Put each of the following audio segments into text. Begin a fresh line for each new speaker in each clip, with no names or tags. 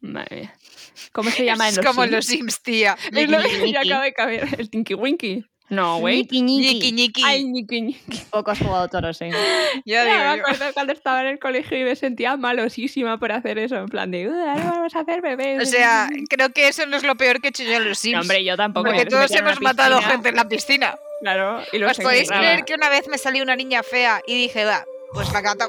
Madre mía. ¿Cómo se llama en
es
los
como
Sims?
los Sims, tía.
Es lo que
Nicky,
yo acabo de caber. El Tinky Winky. No, wait.
Ñiqui, ñiqui.
Ñiqui, ñiqui.
Ay, Nicky, Nicky.
Poco has jugado toro, sí.
Ya digo
me
yo.
acuerdo cuando estaba en el colegio y me sentía malosísima por hacer eso. En plan de, "Ah, ahora vamos a hacer bebé.
O sea, creo que eso no es lo peor que he hecho yo en los Sims.
No, hombre, yo tampoco.
porque
yo me
todos
metía en una
hemos matado
piscina,
gente en la piscina.
Claro, y los
¿Os podéis
encontraba.
creer que una vez me salió una niña fea y dije, va, pues la cata.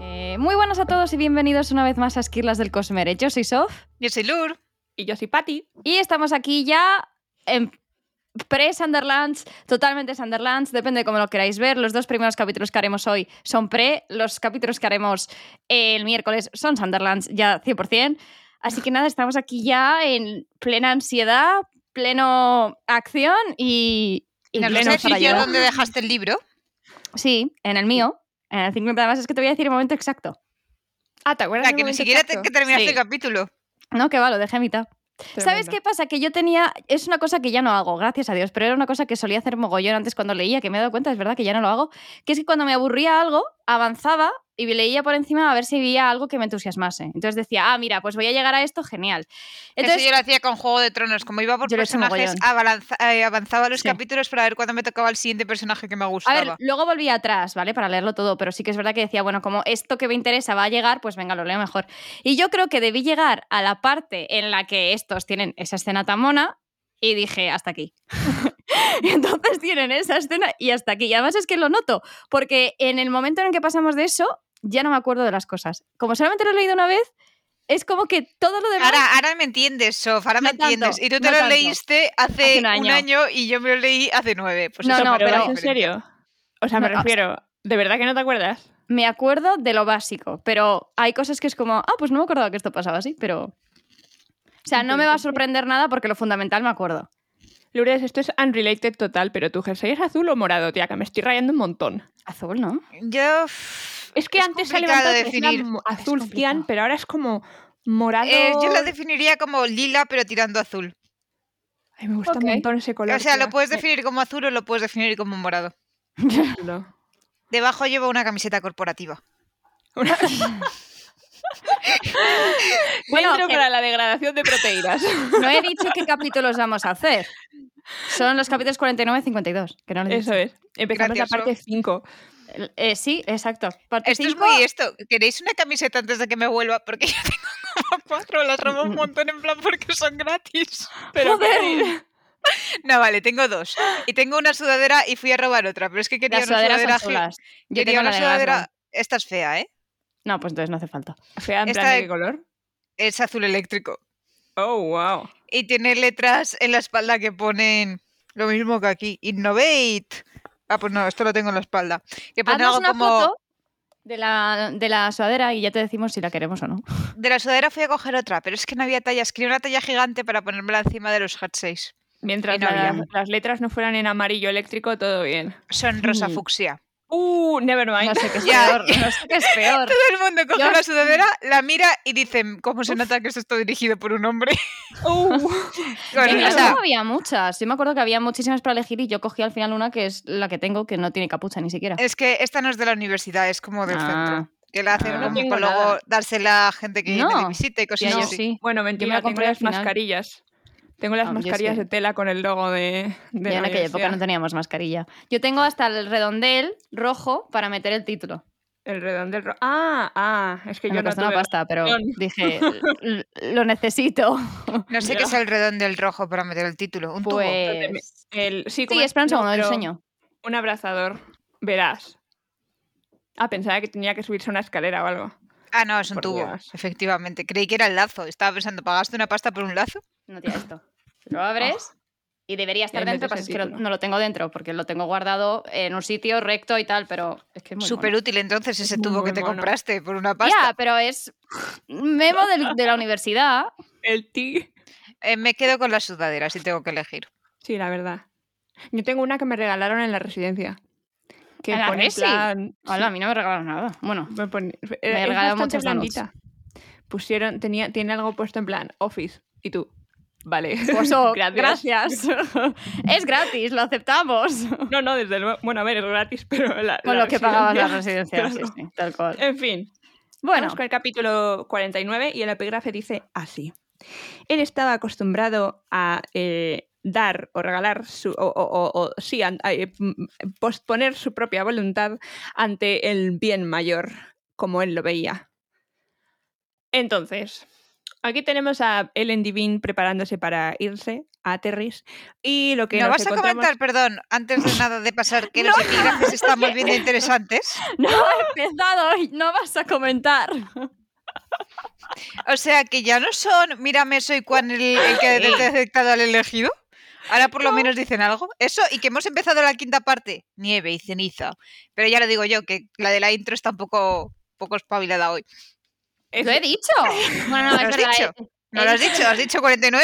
Eh, muy buenas a todos y bienvenidos una vez más a Esquirlas del Cosmere. Yo soy Sof
Yo soy Lur.
Y yo soy Patty.
y estamos aquí ya en pre-Sunderlands, totalmente Sunderlands, depende de cómo lo queráis ver. Los dos primeros capítulos que haremos hoy son pre, los capítulos que haremos el miércoles son Sunderlands ya 100%. Así que nada, estamos aquí ya en plena ansiedad, pleno acción y... y
En el
pleno
sitio
farallada.
donde dejaste el libro.
Sí, en el mío, en el 50 además es que te voy a decir el momento exacto.
Ah, ¿te acuerdas?
La que ni siquiera te, que terminaste el capítulo.
No, que va, lo dejé a mitad. ¿Sabes qué pasa? Que yo tenía. Es una cosa que ya no hago, gracias a Dios, pero era una cosa que solía hacer mogollón antes cuando leía, que me he dado cuenta, es verdad que ya no lo hago. Que es que cuando me aburría algo, avanzaba y leía por encima a ver si veía algo que me entusiasmase. Entonces decía, ah, mira, pues voy a llegar a esto, genial.
Eso
Entonces,
yo lo hacía con Juego de Tronos. Como iba por
Yo lo he hecho
personajes,
mogollón.
abalanza- eh, avanzaba los
Sí.
capítulos para ver cuándo me tocaba el siguiente personaje que me
a
gustaba.
ver, luego volví atrás, ¿vale? Para leerlo todo, pero sí que es verdad que decía, bueno, como esto que me interesa va a llegar, pues venga, lo leo mejor. Y yo creo que debí llegar a la parte en la que estos tienen esa escena tan mona y dije, hasta aquí. Y entonces tienen esa escena y hasta aquí. Y además es que lo noto, porque en el momento en el que pasamos de eso, ya no me acuerdo de las cosas. Como solamente lo he leído una vez, es como que todo lo demás...
Ahora, ahora me entiendes, Sof, ahora
No
me entiendes.
tanto,
y tú te
no
lo
tanto.
leíste hace,
Hace
un,
un
año.
año.
y yo me lo leí hace nueve. Pues
No,
eso
no,
fue la
pero-
¿En
diferencia.
serio? O sea, me
No, o sea-
refiero. ¿De verdad que no te acuerdas?
Me acuerdo de lo básico, pero hay cosas que es como, ah, pues no me acordaba que esto pasaba así, pero... O sea, no me va a
Interesante.
sorprender nada porque lo fundamental me acuerdo.
Lourdes, esto es unrelated total, pero tu jersey es azul o morado, tía, que me estoy rayando un montón.
Azul, ¿no?
Yo. uff,
Es que antes se ha
complicado
levantado que era
definir.
mo- azul
complicado.
cian, pero ahora es como morado.
Eh, yo lo definiría como lila, pero tirando a azul.
Ay, me gusta
Ok.
un montón ese color.
O sea,
tía.
lo puedes definir como azul o lo puedes definir como morado.
Qué chulo.
Debajo llevo una camiseta corporativa.
Una-
Bueno,
Centro
eh,
que-
para la degradación de proteínas.
No he dicho qué capítulos vamos a hacer. Son los capítulos 49 y 52, que no lo he dicho.
Eso es. Empezamos
Gracioso.
la parte 5.
Eh, sí, exacto. Parte
Esto es
cinco,
muy esto. ¿Queréis una camiseta antes de que me vuelva? Porque yo tengo como cuatro, las robo
Mm,
un montón en plan porque son gratis.
Pero
No, vale, tengo dos. Y tengo una sudadera y fui a robar otra, pero es que quería
Las
una
sudaderas
sudadera.
son
gel-
chulas. Yo
Quería
tengo la
una
de
sudadera.
Glasgow.
Esta es fea, ¿eh?
No, pues entonces no hace falta.
Fea, en
Esta
plan, ¿de
de-
qué color?
Es azul eléctrico.
Oh, wow.
Y tiene letras en la espalda que ponen lo mismo que aquí. Innovate. Ah, pues no, esto lo tengo en la espalda. Que pone
Haznos
algo
una
Pues como.
foto de la, de la sudadera y ya te decimos si la queremos o no.
De la sudadera fui a coger otra, pero es que no había talla. Escribí una talla gigante para ponérmela encima de los Hot 6.
Mientras
Y no
la-
había.
las letras no fueran en amarillo eléctrico, todo bien.
Son rosa
Mm.
fucsia.
Uh, never mind.
No sé qué es
Ya.
peor. No sé qué es peor.
Todo el mundo coge
Yo-
la sudadera, la mira y dicen, ¿cómo se nota que esto está dirigido por un hombre?
Uh.
Con-
Venga,
En
o
Glasgow
sea,
había muchas. Yo me acuerdo que había muchísimas para elegir y yo cogí al final una que es la que tengo que no tiene capucha ni siquiera.
es que esta no es de la universidad, es como del
Ah.
centro. Que la hace
Ah.
uno
No
como
tengo
para
nada.
luego dársela a gente que
No.
te visite y
Tía,
cosas
yo
así.
sí.
Bueno, mentira, tengo
compré al
las
final.
mascarillas. Tengo las
Ah, yo es
mascarillas
que-
de tela con el logo de, de
Ya
la
en aquella época no
universidad.
teníamos mascarilla. Yo tengo hasta el redondel rojo para meter el título.
El redondel ro- Ah, ah, es que
Que
yo
me
no
costó una
tuve-
pasta, pero
opción.
dije, "L- lo necesito.
No sé qué es el redón del rojo para meter el título. Un tubo.
Pues...
el- Sí, como
Sí,
es-
espera un
no,
segundo, lo
pero
enseño.
Un abrazador, verás. Ah, pensaba que tenía que subirse a una escalera o algo.
Ah, no, es un
Por
tubo,
Dios.
efectivamente. Creí que era el lazo. Estaba pensando, ¿pagaste una pasta por un lazo?
No tiene esto. Lo abres y debería estar
Ah. ahí metes
dentro, pero
el
es que lo-
título.
no lo tengo dentro porque lo tengo guardado en un sitio recto y tal, pero es que es muy
Súper
mono.
útil entonces ese
muy,
tubo
muy
que te
mono.
compraste por una
Ya,
pasta.
pero es memo del- de la universidad.
El ti.
Eh, me quedo con la sudadera si tengo que elegir.
Sí, la verdad. Yo tengo una que me regalaron en la residencia. Que
¿En la
pone en
resi?
plan-
Hola, a mí no me regalaron nada. Bueno,
Me pone- era- es
regalaron
bastante
muchos donuts.
blandita. Pusieron, tenía, tiene algo puesto en plan office. Y tú, vale.
pues oh,
gracias.
gracias. es gratis, lo aceptamos.
No, no, desde luego. Bueno, a ver, es gratis, pero la-
Con
la
lo que pagabas la
residencia,
residencia, sí,
claro.
sí, tal cual.
En fin.
Bueno,
Vamos con el capítulo 49 y el epígrafe dice así. Él estaba acostumbrado a eh, dar o regalar su, o, o- o- o- sí, an- a, eh, mm, posponer su propia voluntad ante el bien mayor, como él lo veía. Entonces, aquí tenemos a Ellen Divine preparándose para irse a Terris y lo que
¿No
nos
vas a
encontramos-
comentar, perdón, antes de nada de pasar, que los epígrafes están volviendo interesantes?
no he empezado y no vas a comentar.
O sea, que ya no son, mírame, soy Juan el, el que ha detectado al elegido. Ahora por lo menos dicen algo. Eso, y que hemos empezado la quinta parte, nieve y ceniza. Pero ya lo digo yo, que la de la intro está un poco, poco espabilada hoy.
Es-
Lo he dicho. Bueno,
¿Lo
no, es
has
verdad.
dicho?
eh,
No lo has dicho, has dicho 49-52.
No,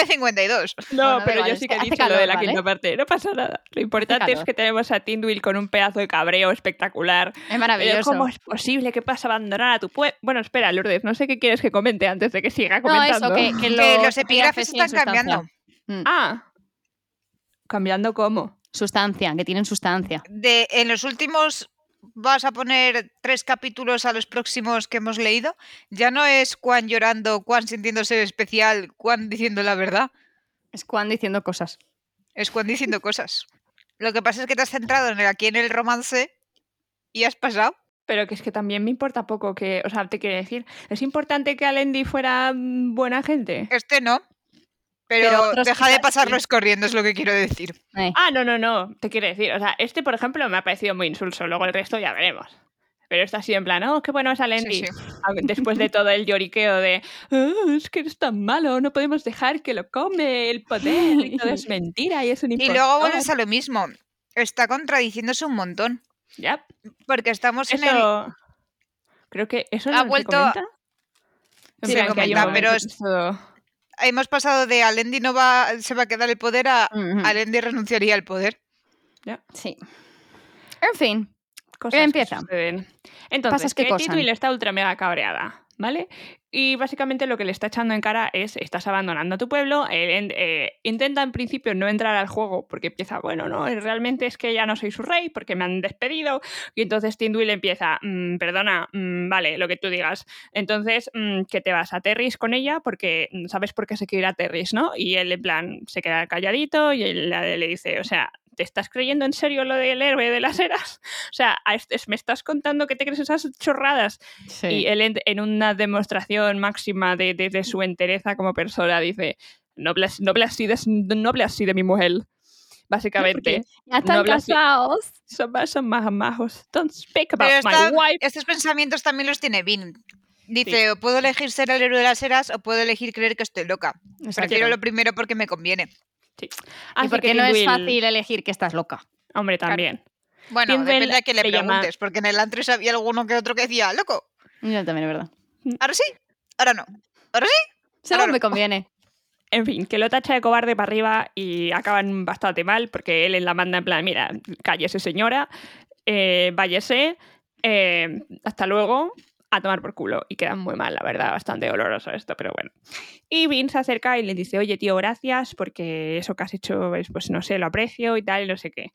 Bueno, da
pero
igual,
yo
es
sí
que
que he
hace
dicho lo de
calor,
la
¿vale?
quinta parte. No pasa nada. Lo importante es
calor.
que tenemos a Tindwill con un pedazo de cabreo espectacular.
Es
Pero
maravilloso.
¿Cómo es posible que vas a abandonar a tu pueblo? Bueno, espera, Lourdes, no sé qué quieres que comente antes de que siga
No,
comentando.
eso, que, que los,
Que los epígrafes
tienen
están cambiando.
Sustancia.
Ah, cambiando cómo.
Sustancia, que tienen sustancia.
de en los últimos vas a poner tres capítulos a los próximos que hemos leído, ya no es Juan llorando, Juan sintiéndose especial, Juan diciendo la verdad,
Es Juan diciendo cosas.
es Juan diciendo cosas. Lo que pasa es que te has centrado en el- aquí en el romance y has pasado.
Pero que es que también me importa poco que, o sea, te quiero decir, es importante que Alendi fuera mm, buena gente.
Este no.
Pero
Pero,
otros
deja de
quizás
pasarlos corriendo, es lo que quiero decir.
Eh,
Ah, no, no, no, te quiero decir, o sea, este por ejemplo me ha parecido muy insulso, luego el resto ya veremos. Pero está así en plan, oh, qué bueno es
Sí,
Alendi.
sí.
A- después de todo el lloriqueo de "Ah, es que eres tan malo, no podemos dejar que lo come el poder y todo es mentira y es un
Y
impostor.
luego vuelves a lo mismo. Está contradiciéndose un montón.
Yep,
Porque estamos en el.
eso- Creo que eso no
Ha vuelto-
se comenta. En
Se
plan, que hay un
comenta, pero
momento que esto-
Hemos pasado de Alendi no va, se va a quedar el poder a
mm, mm,
Alendi renunciaría al poder.
Sí. En fin,
cosas que
Empieza.
suceden. Entonces,
Pasas que
que
cosan.
Tidwil está ultra mega cabreada, ¿vale? Y básicamente lo que le está echando en cara es, estás abandonando tu pueblo, él, en- eh, intenta en principio no entrar al juego porque empieza, bueno, no, eh, realmente es que ya no soy su rey porque me han despedido. Y entonces Tidwil empieza, "Mm, perdona, mm, vale, lo que tú digas. Entonces, mm, que te vas a Terris con ella porque mm, sabes por qué se quiere ir a Terris, ¿no? Y él, en plan, se queda calladito y él la- le dice, o sea, ¿te estás creyendo en serio lo del héroe de las eras? O sea, a este- me estás contando que te crees esas chorradas. Y él, en, en una demostración máxima de, de- de su entereza como persona, dice, no hables, no hables así, de, no hables así de mi mujer. Básicamente,
ya están
no hablas-
casados.
son, más- son más majos. Don't speak about
Pero
my
está-
wife.
Estos pensamientos también los tiene Vin. Dice, o puedo elegir ser el héroe de las eras o puedo elegir creer que estoy loca. Prefiero lo primero porque me conviene.
¿Y
Así
por
que
qué no es
Tinguil-
fácil elegir que estás loca?
Hombre,
Claro.
también.
Bueno,
Tinguel
depende a quién le
le llama-
preguntes, porque en el antes había alguno que otro que decía, loco,
Yo también, es verdad.
ahora sí, ahora no.
Según
Claro.
me conviene.
En fin, que lo tacha de cobarde para arriba y acaban bastante mal porque él en la manda en plan, mira, cállese señora, eh, váyese, eh, hasta luego, a tomar por culo. Y quedan muy mal, la verdad, bastante doloroso esto, pero bueno. Y Vin se acerca y le dice, oye tío, gracias porque eso que has hecho, pues, pues no sé, lo aprecio y tal, y no sé qué.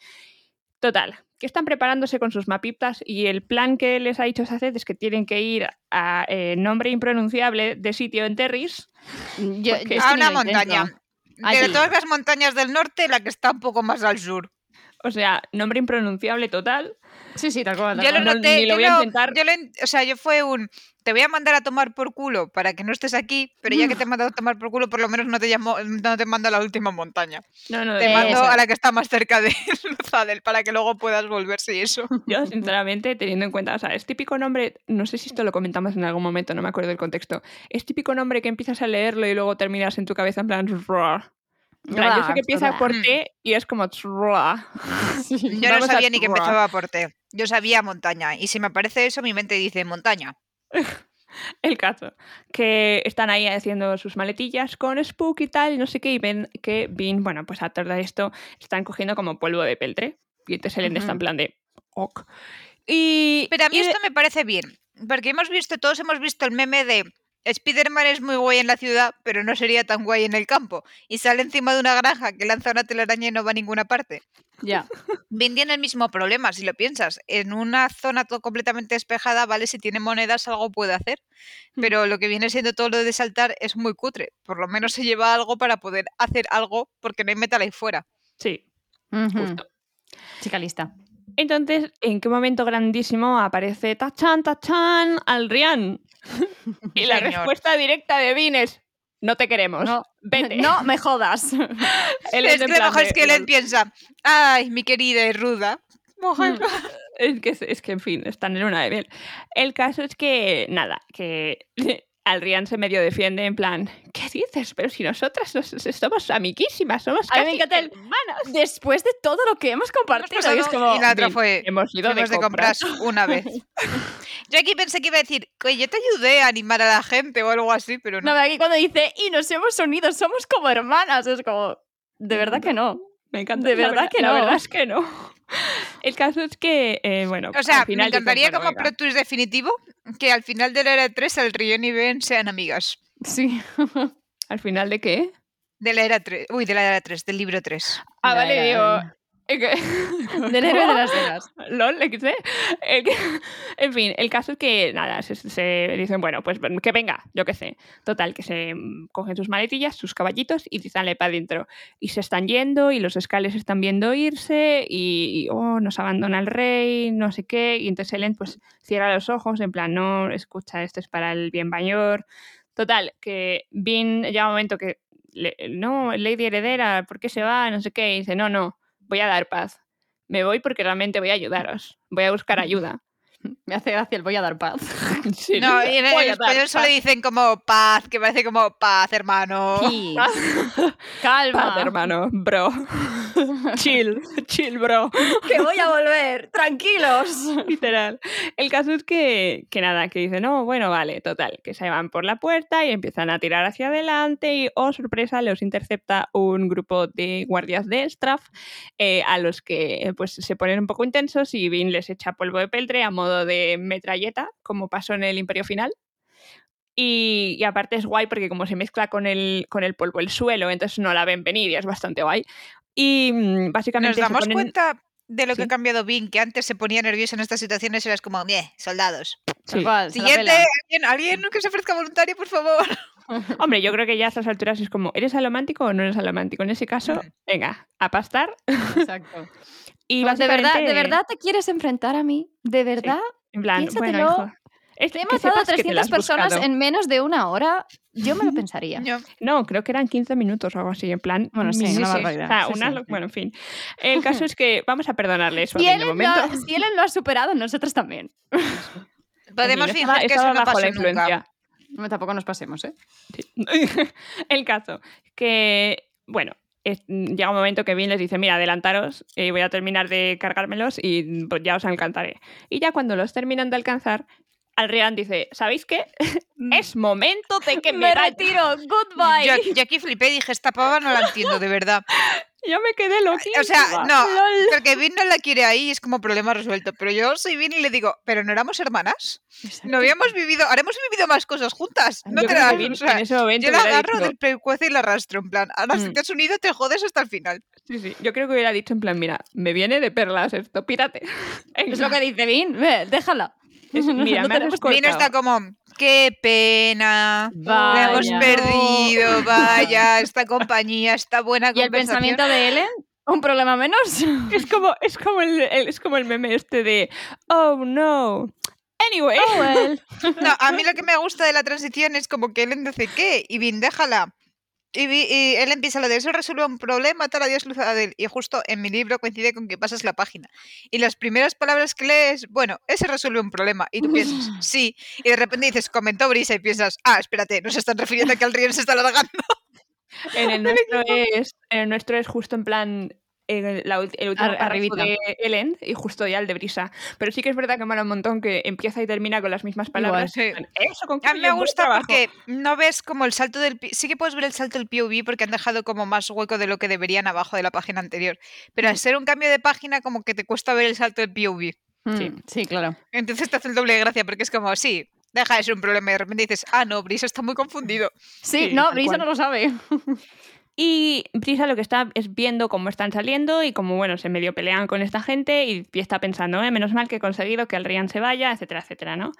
Total, que están preparándose con sus mapitas y el plan que les ha dicho Saced es que tienen que ir a eh, nombre impronunciable de sitio en Terris.
Yo,
Porque-
yo es
a
pues que ni
una
lo intento.
montaña.
Allí.
De todas las montañas del norte, la que está un poco más al sur.
O sea, nombre impronunciable total.
Sí, sí, tal cual. tal
Ya
Yo lo
cual.
no-
noté,
ni lo
yo
voy a
lo-
intentar.
yo lo en- o sea, yo fue un. Te voy a mandar a tomar por culo para que no estés aquí, pero ya que te he mandado a tomar por culo, por lo menos no te, llamo, no te mando a la última montaña.
No, no,
Te
no,
mando
Eso
a la que está más cerca de Zadel para que luego puedas volverse y eso.
Yo, sinceramente, teniendo en cuenta, o sea, es típico nombre, no sé si esto lo comentamos en algún momento, no me acuerdo del contexto, es típico nombre que empiezas a leerlo y luego terminas en tu cabeza en plan... "Roar". En plan, yo sé que
pues
empieza
Mm.
por T y es como... "Roar".
Sí.
Yo
Vamos
no
a
sabía ni que
Troa.
empezaba por T. Yo sabía montaña. Y si me aparece eso, mi mente dice montaña.
El caso. Que están ahí haciendo sus maletillas con Spook y tal, y no sé qué, y ven que Bean, bueno, pues a todo esto están cogiendo como polvo de peltre. Y entonces Ellen está en
Ujú.
plan de... Ok. Y,
Pero a mí
y de-
esto me parece bien. Porque hemos visto, todos hemos visto el meme de Spider-Man es muy guay en la ciudad, pero no sería tan guay en el campo. Y sale encima de una granja que lanza una telaraña y no va a ninguna parte.
Ya.
Bien tiene el mismo problema, si lo piensas. En una zona to- completamente despejada, vale, si tiene monedas algo puede hacer.
Mm.
Pero lo que viene siendo todo lo de saltar es muy cutre. Por lo menos se lleva algo para poder hacer algo porque no hay metal ahí fuera.
Sí,
Ujú.
justo.
Chica lista.
Entonces, ¿en qué momento grandísimo aparece Tachan, Tachan, Alrian? y la
Señor.
respuesta directa de Vin es: No te queremos.
No.
Vete.
No me jodas.
Él en
es que a lo
plan
mejor
de,
es que él
"Lol".
piensa, ay, mi querida y ruda.
Mm.
Es que, es que, en fin, están en una de miel. El caso es que, nada, que Alrian se medio defiende en plan: ¿Qué dices? Pero si nosotras nos- somos amiguísimas, somos
A mí
casi
me encanta el-
hermanas.
Después de todo lo que hemos compartido,
pasado-
es como.
y la otra
Vin,
fue,
Hemos ido
Fuimos de compras una vez. Yo aquí pensé que iba a decir, oye, yo te ayudé a animar a la gente o algo así, pero no.
No, aquí cuando dice, y nos hemos unido, somos como hermanas, es como. De verdad que no.
Me encanta.
De
la
verdad que
La
no.
verdad es que no. El caso es que, eh, bueno.
O sea,
al final
me
dicen,
encantaría
"Bueno,
como
venga".
Pro Twist definitivo que al final de la era 3 el Rion y Ben sean amigas.
Sí.
¿Al final de qué?
De la era 3. Uy, de la era 3, del libro 3.
Ah,
Ya,
vale,
ya,
digo.
ya.
eh, que-
Del héroe de
¿Cómo?
las velas.
LOL, XD. El que- En fin, el caso es que, nada, se, se dicen, bueno, pues ven- que venga, yo qué sé. Total, que se mm, cogen sus maletillas, sus caballitos y dale para adentro. Y se están yendo y los escales están viendo irse y, y, oh, nos abandona el rey, no sé qué. Y entonces Ellen, pues, cierra los ojos, en plan, no, escucha, esto es para el bien mayor. Total, que Vin llega un momento que, le- no, Lady Heredera, ¿por qué se va? No sé qué. Y dice, no, no, voy a dar paz me voy porque realmente voy a ayudaros. Voy a buscar ayuda.
Me hace gracia el voy a dar paz.
Sí,
No, y en, en
voy a dar
español solo
paz,
dicen como paz, que parece como paz, hermano.
Oh. paz,
Calma.
hermano, bro. chill, chill, bro.
que voy a volver. Tranquilos.
Literal. El caso es que, que nada, que dice, no, bueno, vale, total, que se van por la puerta y empiezan a tirar hacia adelante y, oh, sorpresa, los intercepta un grupo de guardias de Straff eh, a los que eh, pues se ponen un poco intensos y Vin les echa polvo de peltre a modo de metralleta, como pasó en el Imperio Final. Y, y aparte es guay porque como se mezcla con el, con el polvo el suelo, entonces no la ven venir y es bastante guay. Y mm,
Nos
básicamente... se
damos
ponen-
cuenta de lo
Sí.
que ha cambiado Vin, que antes se ponía nervioso en estas situaciones y eras como, bien, soldados.
Sí.
Siguiente, alguien, alguien que se ofrezca voluntario, por favor.
Hombre, yo creo que ya a estas alturas es como, ¿eres alomántico o no eres alomántico? En ese caso,
Ujú.
venga, a pastar.
Exacto.
Y
Pues de verdad,
básicamente,
de verdad te quieres enfrentar a mí. De verdad.
En plan, bueno,
piénsatelo.
hijo, es
Te he
que
matado a
sepas que te la
300
has
personas
buscado.
en menos de una hora. Yo me lo pensaría.
Yo-
No, creo que eran 15 minutos o algo así, en plan...
Bueno, sí,
minutos.
una
O
barbaridad.
sea,
Sí,
una
sí,
lo-
sí.
Bueno, en fin. El caso es que vamos a perdonarle eso
Si
a mí de
Ellen, lo
momento.
ha, si Ellen lo ha superado, nosotros también.
Podemos
En fin,
fingir
Pues estaba-
que
estaba
eso no
bajo
pasó
la
nunca.
influencia.
No, tampoco nos pasemos, ¿eh?
el caso, que, bueno, es- llega un momento que Vin les dice, mira, adelantaros, eh, voy a terminar de cargármelos y mm, pues, ya os alcanzaré. Y ya cuando los terminan de alcanzar, Alrian dice, ¿sabéis qué?
Mm.
es momento de que me,
Mm. me
vaya".
retiro. Goodbye.
Yo, yo aquí flipé y dije, esta pava no la entiendo, de verdad.
Yo me quedé loquísima.
O sea, no,
Lol.
porque Vin no la quiere ahí y es como problema resuelto. Pero yo soy Vin y le digo, ¿pero no éramos hermanas? No habíamos vivido, ahora hemos vivido más cosas juntas. No
yo
te
creo
la
que Vin
o sea,
en ese momento
Yo la
hubiera
agarro
dicho-
del precuece y la arrastro, en plan, ahora si
Mm.
te has unido te jodes hasta el final.
sí, sí, yo creo que hubiera dicho en plan, mira, me viene de perlas esto, pírate.
Es lo que dice Vin. Ve, déjala.
Es- mira, me has
tenemos-
descol-
Vin está como, qué pena, la
Vaya.
hemos perdido, vaya, esta compañía, esta buena
Y el
conversación.
pensamiento de Ellen, un problema menos.
Es como, es como el, el- es como el meme este de Oh no. Anyway.
Oh,
Oh,
No, a mí lo que me gusta de la transición es como que Ellen dice qué y Vin déjala. Y, Vi- y él empieza lo de eso resuelve un problema, tal, adiós luz Adel. Y justo en mi libro coincide con que pasas la página. Y las primeras palabras que lees, bueno, ese resuelve un problema. Y tú piensas, sí. Y de repente dices, comentó Brisa y piensas, ah, espérate, nos están refiriendo a que el río se está alargando.
En el nuestro es, en el nuestro es justo en plan en el, la ulti- el último
Ar-
párrafo
arribita.
de Ellen y justo ya el de Brisa. Pero sí que es verdad que mola un montón que empieza y termina con las mismas palabras.
Igual, sí.
En plan, Eso concluye
A mí me
un buen
gusta
trabajo".
porque no ves como el salto del... pi- Sí que puedes ver el salto del POV porque han dejado como más hueco de lo que deberían abajo de la página anterior. Pero al ser un cambio de página como que te cuesta ver el salto del POV.
Sí.
Mm, sí, claro.
Entonces te hace el doble de gracia porque es como, sí, deja de ser un problema y de repente dices, ah, no, Brisa está muy confundido.
Sí,
Sí,
no,
tal
Brisa
cual.
no lo sabe.
Y Brisa lo que está es viendo cómo están saliendo y cómo, bueno, se medio pelean con esta gente y está pensando, "Eh, menos mal que he conseguido que el Rian se vaya, etcétera, etcétera, ¿no?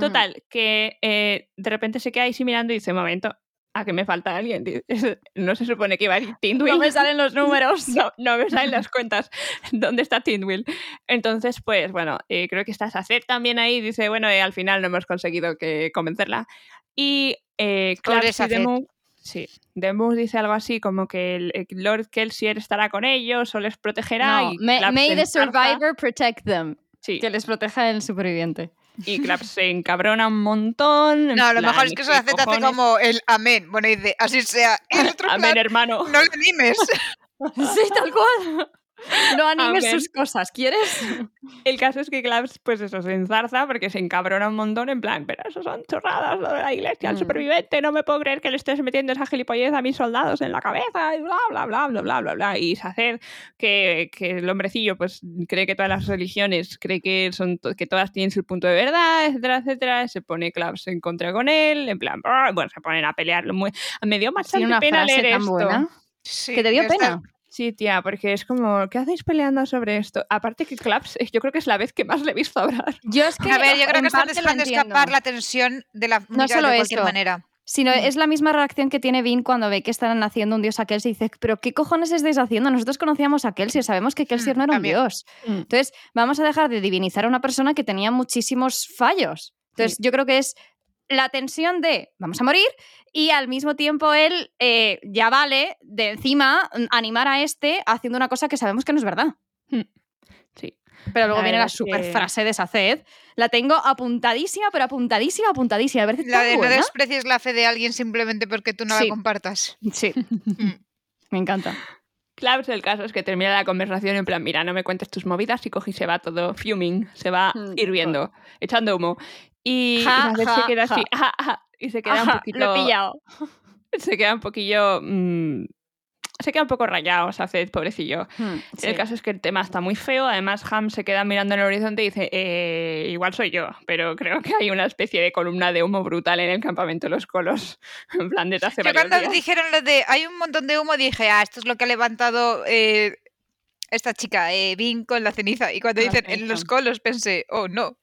Total, que eh, de repente se queda ahí sí mirando y dice, un momento, a que me falta alguien. Dice, No se supone que iba a ir Tindwill.
No me salen los números.
No, no me salen las cuentas. ¿Dónde está Tindwill? Entonces, pues bueno, eh, creo que está Saced también ahí. y Dice, bueno, eh, al final no hemos conseguido que convencerla. Y eh,
Pobre
Claps y
Saced.
Demu, sí, Demu dice algo así como que el, el Lord Kelsier estará con ellos o les protegerá.
No,
y
may,
Claps
may
se
the
enzarza.
survivor protect them.
Sí,
Que les proteja el superviviente.
y Claps se encabrona un montón. en
No, lo
plan,
mejor es
"¿Y
que eso
qué
hace, te hace
cojones?".
como el amén. Bueno, y dice, así sea. Y el otro
Amén,
plan,
hermano.
no le animes.
Sí, tal cual. No animes
Amén.
sus cosas, ¿quieres?
El caso es que Claps, pues eso, se enzarza porque se encabrona un montón en plan, pero eso son chorradas lo de la iglesia, el
Mm.
superviviente, no me puedo creer que le estés metiendo esa gilipollez a mis soldados en la cabeza, y bla, bla, bla, bla, bla, bla, bla. Y hacer que, que el hombrecillo, pues, cree que todas las religiones, cree que, son to- que todas tienen su punto de verdad, etcétera, etcétera. Se pone Claps en contra con él, en plan, "Brr", bueno, se ponen a pelear. Muy... Me dio bastante
Tiene una
pena
frase
leer
tan
esto.
buena.
Sí,
Que te dio
está-
pena.
Sí, tía, porque es como, ¿qué hacéis peleando sobre esto? Aparte que Claps, eh, yo creo que es la vez que más le he visto hablar.
Yo es que.
A ver, yo creo
en
que están
parte lo
dejando
entiendo.
escapar la tensión de la
No
mira,
solo
de cualquier
eso.
manera.
Sino
Mm.
es la misma reacción que tiene Vin cuando ve que están haciendo un dios a Kelsey y dice, pero ¿qué cojones estáis haciendo? Nosotros conocíamos a Kelsey, sabemos que Kelsey
Mm,
no era un
también.
dios.
Mm.
Entonces, vamos a dejar de divinizar a una persona que tenía muchísimos fallos. Entonces, yo creo que es la tensión de vamos a morir y al mismo tiempo él eh, ya vale de encima mm, animar a este haciendo una cosa que sabemos que no es verdad.
Sí.
Pero luego
La
viene la
verdad es que-
super frase de Saced. La tengo apuntadísima, pero apuntadísima, apuntadísima. Me parece
La
tan
de no
buena.
desprecies la fe de alguien simplemente porque tú no
Sí.
la compartas.
Sí,
Mm.
me encanta.
Claps, el caso es que termina la conversación en plan, mira, no me cuentes tus movidas y coge y se va todo fuming, se va
Mm,
hirviendo, echando humo. Y, y
Ja,
Saced
ja,
se queda así,
ja.
"Ja, ja", y se queda un
Ajá, Lo
poquito...
he pillado.
Se queda un poquillo... mm, se queda un poco rayado, Saced, pobrecillo.
Hmm,
El caso es que el tema está muy feo. Además, Ham se queda mirando en el horizonte y dice: "Eh, Igual soy yo, pero creo que hay una especie de columna de humo brutal en el campamento de los colos. En plan, desde hace
Yo
varios
cuando
días.
dijeron lo de hay un montón de humo dije, ah, esto es lo que ha levantado eh, esta chica, eh, Vin con la ceniza. Y cuando
Con la
dicen en
ceniza.
los colos pensé, oh no.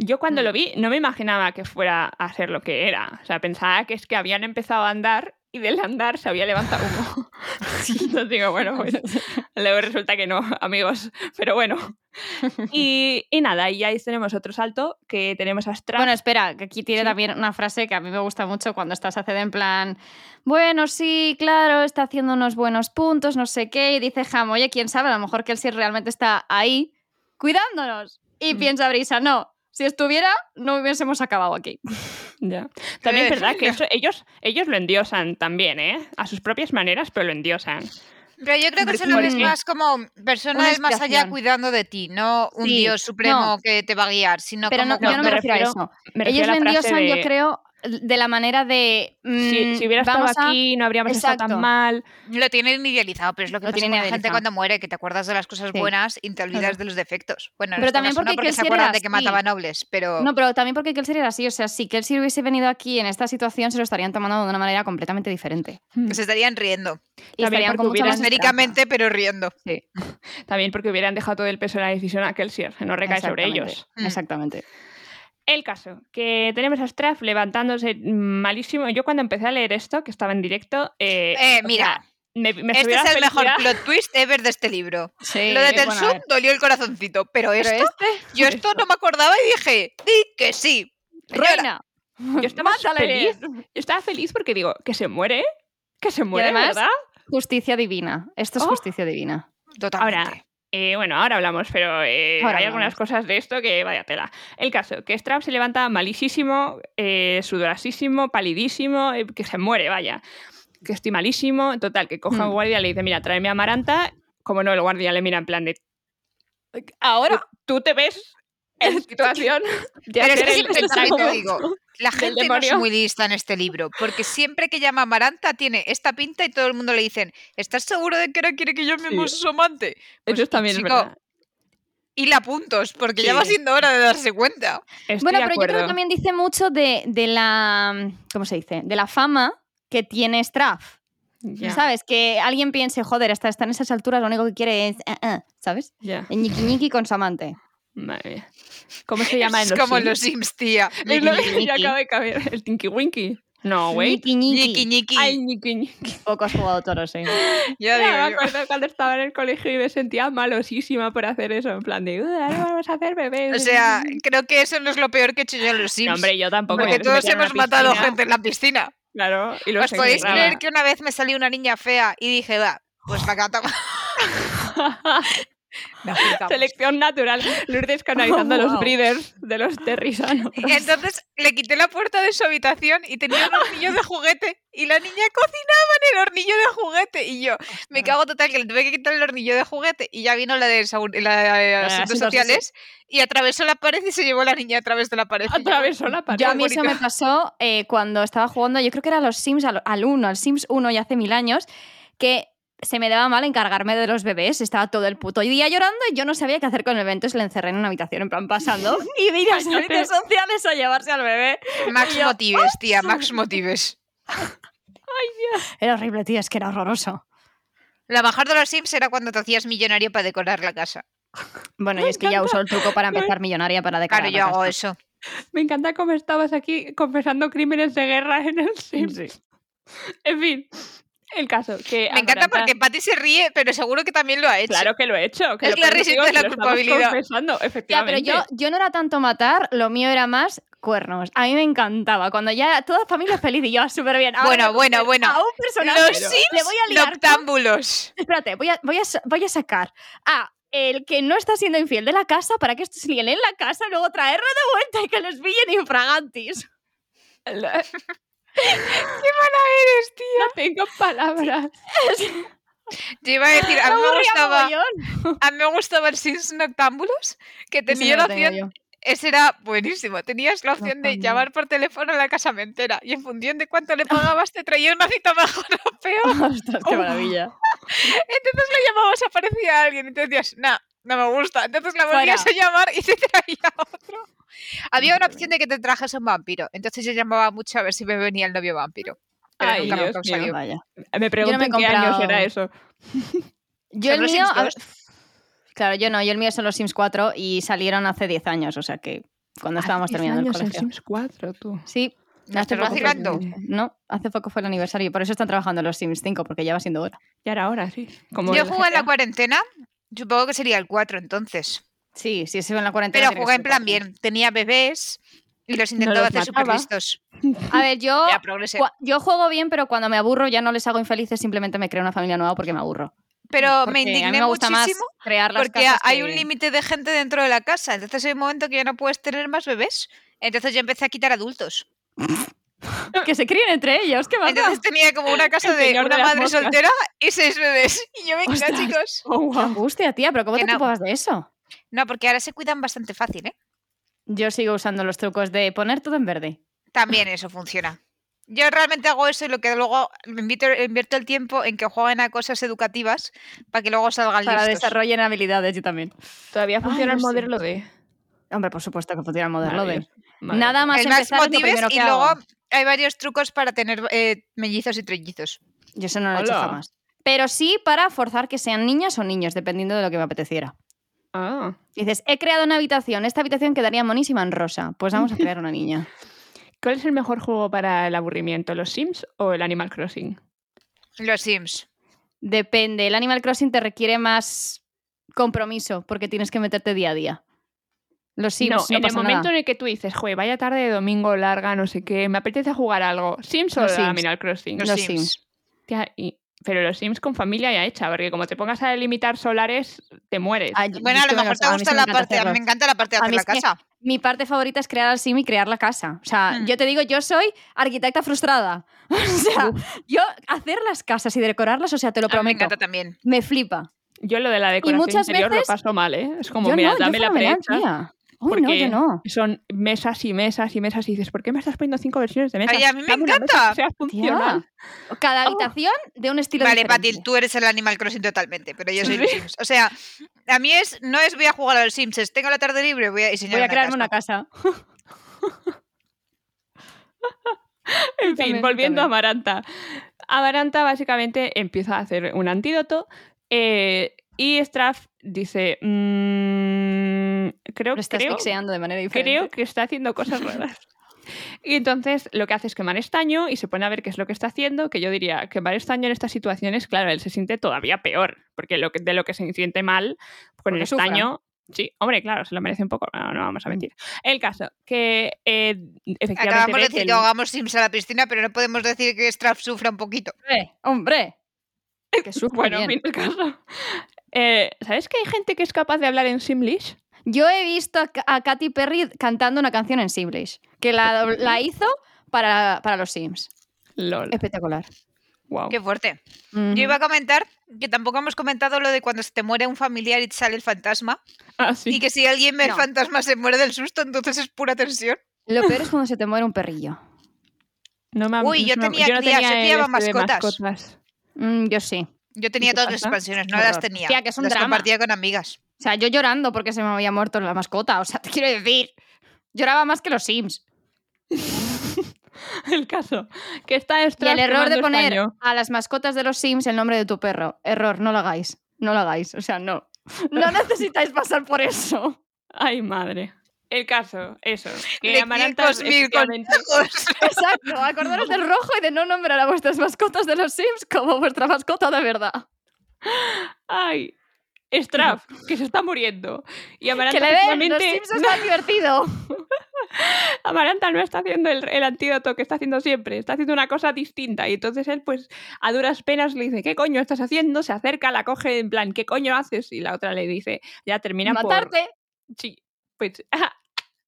Yo
Mm.
cuando lo vi, no me imaginaba que fuera a ser lo que era. O sea, pensaba que es que habían empezado a andar y del andar se había levantado humo. Entonces digo, bueno, pues luego resulta que no, amigos. Pero bueno. Y, y nada, y ahí tenemos otro salto que tenemos a Strath.
Bueno, espera, que aquí tiene
Sí.
también una frase que a mí me gusta mucho cuando estás haciendo en plan, bueno, sí, claro, está haciendo unos buenos puntos, no sé qué, y dice Ham, oye, quién sabe, a lo mejor Kelsey realmente está ahí cuidándonos. Y
Mm.
piensa Brisa, no, si estuviera, no hubiésemos acabado aquí.
Ya. También es verdad que
decirlo.
eso- ellos, ellos lo endiosan también, ¿eh? A sus propias maneras, pero lo endiosan.
Pero yo creo que
Hombre,
eso lo
por
ves
eso.
más como persona
Una
del más allá
inspiración.
cuidando de ti, no un
Sí,
dios supremo
no.
que te va a guiar, sino
Pero
como
no, yo no me,
me
refiero,
refiero-
a eso.
Me refiero
Ellos lo
a la frase
endiosan, yo
de,
creo, de la manera de...
Si,
mm,
si hubiera estado
vamos a-
aquí, no habríamos estado tan
Exacto.
mal.
lo tienen idealizado, pero es lo que
Lo
pasa
tienen
con la gente
idealizado.
cuando muere, que te acuerdas de las cosas
Sí.
buenas y te olvidas
Claro.
de los defectos. Bueno, en
Pero
este
también
caso no,
porque
porque se
Kelsier era
acuerdan de que
así.
mataba nobles, pero
No, pero también porque Kelsey era así. O sea, si Kelsey hubiese venido aquí en esta situación, se lo estarían tomando de una manera completamente diferente.
se estarían riendo.
Y
También
estarían
porque
con mucha
hubiera-
más esperanza.
Atméricamente, pero riendo.
También porque hubieran dejado todo el peso de la decisión a Kelsier, no recae sobre
Exactamente,
ellos.
Mm.
Exactamente.
El caso, que tenemos a Straff levantándose malísimo. Yo cuando empecé a leer esto, que estaba en directo... Eh,
Eh,
o
mira.
sea, me, me
Este
subió la
es el mejor
felicidad. Eh,
plot twist ever de este libro.
Sí,
Lo de
bueno,
Tensum
a ver.
dolió el corazoncito, pero
Pero
esto,
este,
yo esto no me acordaba y dije, di que sí. señora".
reina.
Yo estaba
Mátale.
feliz. Yo estaba feliz porque digo, que se muere, que se muere,
además-
¿verdad?
Justicia divina. Esto es
Oh.
justicia divina.
Totalmente.
Ahora, Eh, bueno, ahora hablamos, pero eh,
Ahora
hay algunas
hablamos.
cosas de esto que vaya tela. El caso, que Strap se levanta malísimo, eh, sudorasísimo, palidísimo, eh, que se muere, vaya. Que estoy malísimo. En Total, que coge a un
Mm.
Hmm.
guardia y le dice, mira, tráeme a Maranta. Como no, el guardia le mira en plan de,
Ahora.
tú te ves en situación de
Pero es
hacer
que
el-
siempre
el
también te
saco".
digo, la
del
gente no es
demonio.
muy lista en este libro, porque siempre que llama a Maranta tiene esta pinta y todo el mundo le dicen, ¿estás seguro de que no quiere que llamemos a su amante? Pues,
Eso también
chico,
es verdad.
Y la puntos, porque ya
Sí.
va siendo hora de darse cuenta.
Estoy
bueno,
de
pero yo creo que
acuerdo.
también dice mucho de, de la. ¿Cómo se dice? De la fama que tiene Straff.
Ya,
¿Sabes? Que alguien piense, joder, hasta estar en esas alturas, lo único que quiere es. eh, eh", ¿Sabes?
ya.
Ñiqui ñiqui con su amante.
Madre mía. ¿Cómo se llama en
es
los
como en
Sims?
los Sims, tía.
Es lo
Nicky,
que ya
Nicky.
acaba de caber. El Tinky Winky. No, Oh, wait.
Ñiqui
Ñiqui,
ñiqui.
ñiqui.
Ay, Nicky, Nicky.
Poco has jugado toro, sí.
Ya
Ya
me
digo yo.
acuerdo cuando estaba en el colegio y me sentía malosísima por hacer eso. En plan de, "Uh, ahora vamos a hacer bebés.
O sea, creo que eso no es lo peor que he hecho yo en los Sims.
No, hombre, yo tampoco. me
porque todos
metí en una
hemos matado
piscina,
gente en la piscina.
Claro, y los
¿Os podéis
encerraba.
creer que una vez me salió una niña fea y dije, va, pues la catamos? La juzgamos.
Selección natural. Lourdes canalizando
Oh,
los
wow.
breeders de los terrisanos.
Entonces le quité la puerta de su habitación y tenía un hornillo de juguete. Y la niña cocinaba en el hornillo de juguete. Y yo, me cago total, que le tuve que quitar el hornillo de juguete. Y ya vino la de, segur- la de
Ah,
asuntos
asuntos
sociales y atravesó la pared y se llevó a la niña a través de la pared. Y yo,
Atravesó la pared.
Yo a mí eso
bonito.
me pasó eh, cuando estaba jugando, yo creo que era a los Sims, al, al 1, al Sims 1 ya hace mil años, que se me daba mal encargarme de los bebés, estaba todo el puto día llorando y yo no sabía qué hacer con el bebé, entonces le encerré en una habitación en plan pasando y vine a los servicios sociales a llevarse al bebé.
Max
Y yo, "Ah,
Motives, tía, Max Motives.
Era horrible, tío, es que era horroroso.
La mejor de los Sims era cuando te hacías millonario para decorar la casa.
Bueno,
Me
y es que ya
encanta.
uso el truco para
Me-
empezar millonaria para decorar.
Claro,
la
yo hago
casa.
eso.
Me encanta cómo estabas aquí confesando crímenes de guerra en el Sims. En fin, el caso. Que
Me encanta
Amaranta-
porque Patty se ríe, pero seguro que también lo ha hecho.
Claro que lo he hecho. Que
Es
lo
la
peor que
risita
digo
de
es que
la
lo estamos
culpabilidad.
confesando,
Ya, pero
efectivamente.
yo, yo no era tanto matar, lo mío era más cuernos. A mí me encantaba. Cuando ya toda familia es feliz y yo súper bien. Ahora
Bueno,
voy a
bueno,
coger
bueno.
A un personaje
Los
pero
Sims
le voy a liar. con-
noctámbulos.
Espérate, voy a, voy, a, sa- voy a sacar a el que no está siendo infiel de la casa para que estos líen en la casa, luego traerlo de vuelta y que los pillen infragantis.
La-
¡Qué mala eres, tío!
No tengo palabras.
Te iba a decir, a
Me
mí me
aburría
gustaba,
mogollón.
a mí me gustaba el Sims Noctámbulos, que
Ese
tenía
no
la
lo tengo
opción,
yo.
ese era buenísimo, tenías la opción de
Noctámbulo.
llamar por teléfono a la casamentera y en función de cuánto le pagabas te traía una cita mejor o peor.
Ostras, qué
Oh.
maravilla.
Entonces le llamabas, aparecía alguien y te decías, nah, no me gusta. Entonces la
Fuera.
volvías a llamar y te traía otro. Había una opción de que te trajes un vampiro, entonces yo llamaba mucho a ver si me venía el novio vampiro. Pero
Ay,
nunca me
Dios mío.
consiguió.
Vaya.
Me pregunto
me he
en qué años
comprado-
era eso.
Yo el
Son los
mío.
Sims
a-
2.
Claro, yo no, yo el mío son los Sims 4 y salieron hace 10 años, o sea que cuando estábamos terminando el colegio.
Sims 4, tú.
Sí,
¿No
Hace
estás
poco
vacilando?
fue-
no, hace poco fue el aniversario y por eso están trabajando los Sims 5, porque ya va siendo hora.
Ya era ahora, sí. Como
Yo
el
jugué en la
GTA.
cuarentena, supongo que sería el 4 entonces.
Sí, sí, se ve en la
Pero
cuarentena. tiene que
jugué en
ser
plan
cuatro.
bien. Tenía bebés y los intentaba
los
hacer súper
mataba.
listos.
A ver, yo,
Ya pues, progresé.
cua- yo juego bien, pero cuando me aburro ya no les hago infelices, simplemente me creo una familia nueva porque me aburro.
Pero
Porque
me
a mí
indigné
me gusta
muchísimo
más crear las
porque
casas
hay
que-
un límite de gente dentro de la casa. Entonces hay un momento que ya no puedes tener más bebés. Entonces yo empecé a quitar adultos.
Que se críen entre ellos, ¿qué más da?
Entonces tenía como una casa
El
de
señor de
una
las
madre
moscas.
soltera y seis bebés. Y yo, venga,
Ostras.
chicos.
Oh,
Qué
wow.
angustia, tía, pero ¿cómo
Que
te
no.
ocupabas de eso?
No, porque ahora se cuidan bastante fácil, ¿eh?
Yo sigo usando los trucos de poner todo en verde.
También eso funciona. Yo realmente hago eso y lo que luego me invito- invierto el tiempo en que jueguen a cosas educativas para que luego salgan
Para
listos.
desarrollar habilidades, yo también.
Todavía funciona
no
el
sé.
modelo de.
Hombre, por supuesto que funciona el modelo de.
Maravilloso. Madre
Nada más
el Max
empezar es lo
Motives
primero
y
que hago.
luego hay varios trucos para tener eh, mellizos y trellizos.
Yo eso no lo he hecho
Hola.
jamás. Pero sí para forzar que sean niñas o niños, dependiendo de lo que me apeteciera.
Ah.
Dices, he creado una habitación, esta habitación quedaría monísima en rosa, pues vamos a crear una niña.
¿Cuál es el mejor juego para el aburrimiento? ¿Los Sims o el Animal Crossing?
Los Sims.
Depende. El Animal Crossing te requiere más compromiso porque tienes que meterte día a día. Los Sims no,
no, en el
pasa
momento
nada.
en el que tú dices, joder, vaya tarde de domingo larga, no sé qué, me apetece jugar algo. Sims o
Los Sims.
Animal Crossing.
Los Sims.
Hostia, y- Pero los Sims con familia ya hecha, porque como te pongas a delimitar solares, te mueres.
Ah, yo-
Bueno,
yo
a
es
lo
que me
mejor te
a mí sí
gusta
me
la
encanta
parte, a mí me
hacerlos.
encanta la parte de
A
hacer
mí
la
es que-
casa.
mi parte favorita es crear al sim y crear la casa. O sea,
Hmm.
yo te digo, yo soy arquitecta frustrada. O sea, yo hacer las casas y decorarlas, o sea, te lo
A mí me
prometo.
encanta también.
Me flipa.
Yo lo de la decoración
muchas
interior
veces-
lo paso mal, ¿eh? Es como,
yo
mira,
no,
dame
yo
la
fenomenal,
prensa.
tía. Uy, no,
porque
yo no.
Son mesas y mesas y mesas y dices, ¿por qué me estás poniendo cinco versiones de mesas?
Ay, a mí me
Dame una mesa
encanta.
que sea funcional.
Tía. Cada
Oh.
habitación de un estilo
Vale,
diferente.
Patil, tú eres el Animal Crossing totalmente, pero yo soy
Sí.
los Sims. O sea, a mí es, no es voy a jugar a los Sims, es tengo la tarde libre, voy a diseñar
Voy a
una
crearme
casa.
una casa.
En fin,
Totalmente,
volviendo a Amaranta. Amaranta básicamente empieza a hacer un antídoto eh, y Straff dice, "Mm, creo,
Lo estás
creo,
mixeando de manera diferente.
creo que está haciendo cosas raras. Y entonces lo que hace es quemar estaño y se pone a ver qué es lo que está haciendo, que yo diría, quemar estaño en estas situaciones, claro, él se siente todavía peor, porque lo que, de lo que se siente mal con el
Porque sufra.
estaño... Sí, hombre, claro, se lo merece un poco, no, no vamos a mentir. El caso, que eh, efectivamente...
Acabamos de
¿eh?
ve
decir
el-
que hagamos Sims a la piscina, pero no podemos decir que Straff sufra un poquito.
Hombre, hombre.
ah,
Que sufre
Bueno,
bien.
en el caso. Eh, ¿Sabes que hay gente que es capaz de hablar en Simlish?
Yo he visto a, Ca- a Katy Perry cantando una canción en Siblish, que la, la hizo para, para los Sims.
LOL.
Eh,
Espectacular.
Wow.
Qué fuerte.
Oh. Ujú.
Yo iba a comentar que tampoco hemos comentado lo de cuando se te muere un familiar y te sale el fantasma.
Ah, sí.
Y que si alguien ve el
No.
fantasma se muere del susto, entonces es pura tensión.
Mm, Lo peor es cuando se te muere un perrillo.
No me-
Uy, yo
no me-
tenía
no
crías, yo
el
criaba
este de
mascotas.
Mm, yo sí.
Yo tenía
qué
todas las
pasa?
expansiones, no
Qué
las
horror.
tenía.
Tía, que es un
las
drama.
compartía con amigas.
O sea, yo llorando porque se me había muerto la mascota. O sea, te quiero decir. Lloraba más que los Sims.
El caso. Que está
Y el error de poner a las mascotas de los Sims el nombre de tu perro. Error, no lo hagáis. No lo hagáis. O sea, no. No necesitáis pasar por eso.
Ay, madre. El caso, eso. Que
Lección
Amaranta
cos- mil
efectivamente,
consejos.
Exacto. Acordaros del rojo y de no nombrar a vuestras mascotas de los Sims como vuestra mascota de verdad.
Ay. Straff, que se está muriendo. Y Amaranta,
Que le den. Los
efectivamente,
Sims es más divertido.
Amaranta no está haciendo el, el antídoto que está haciendo siempre, está haciendo una cosa distinta. Y entonces él, pues, a duras penas le dice, ¿qué coño estás haciendo? Se acerca, la coge en plan, ¿qué coño haces? Y la otra le dice, ya termina por...
Matarte.
Sí, pues... ajá,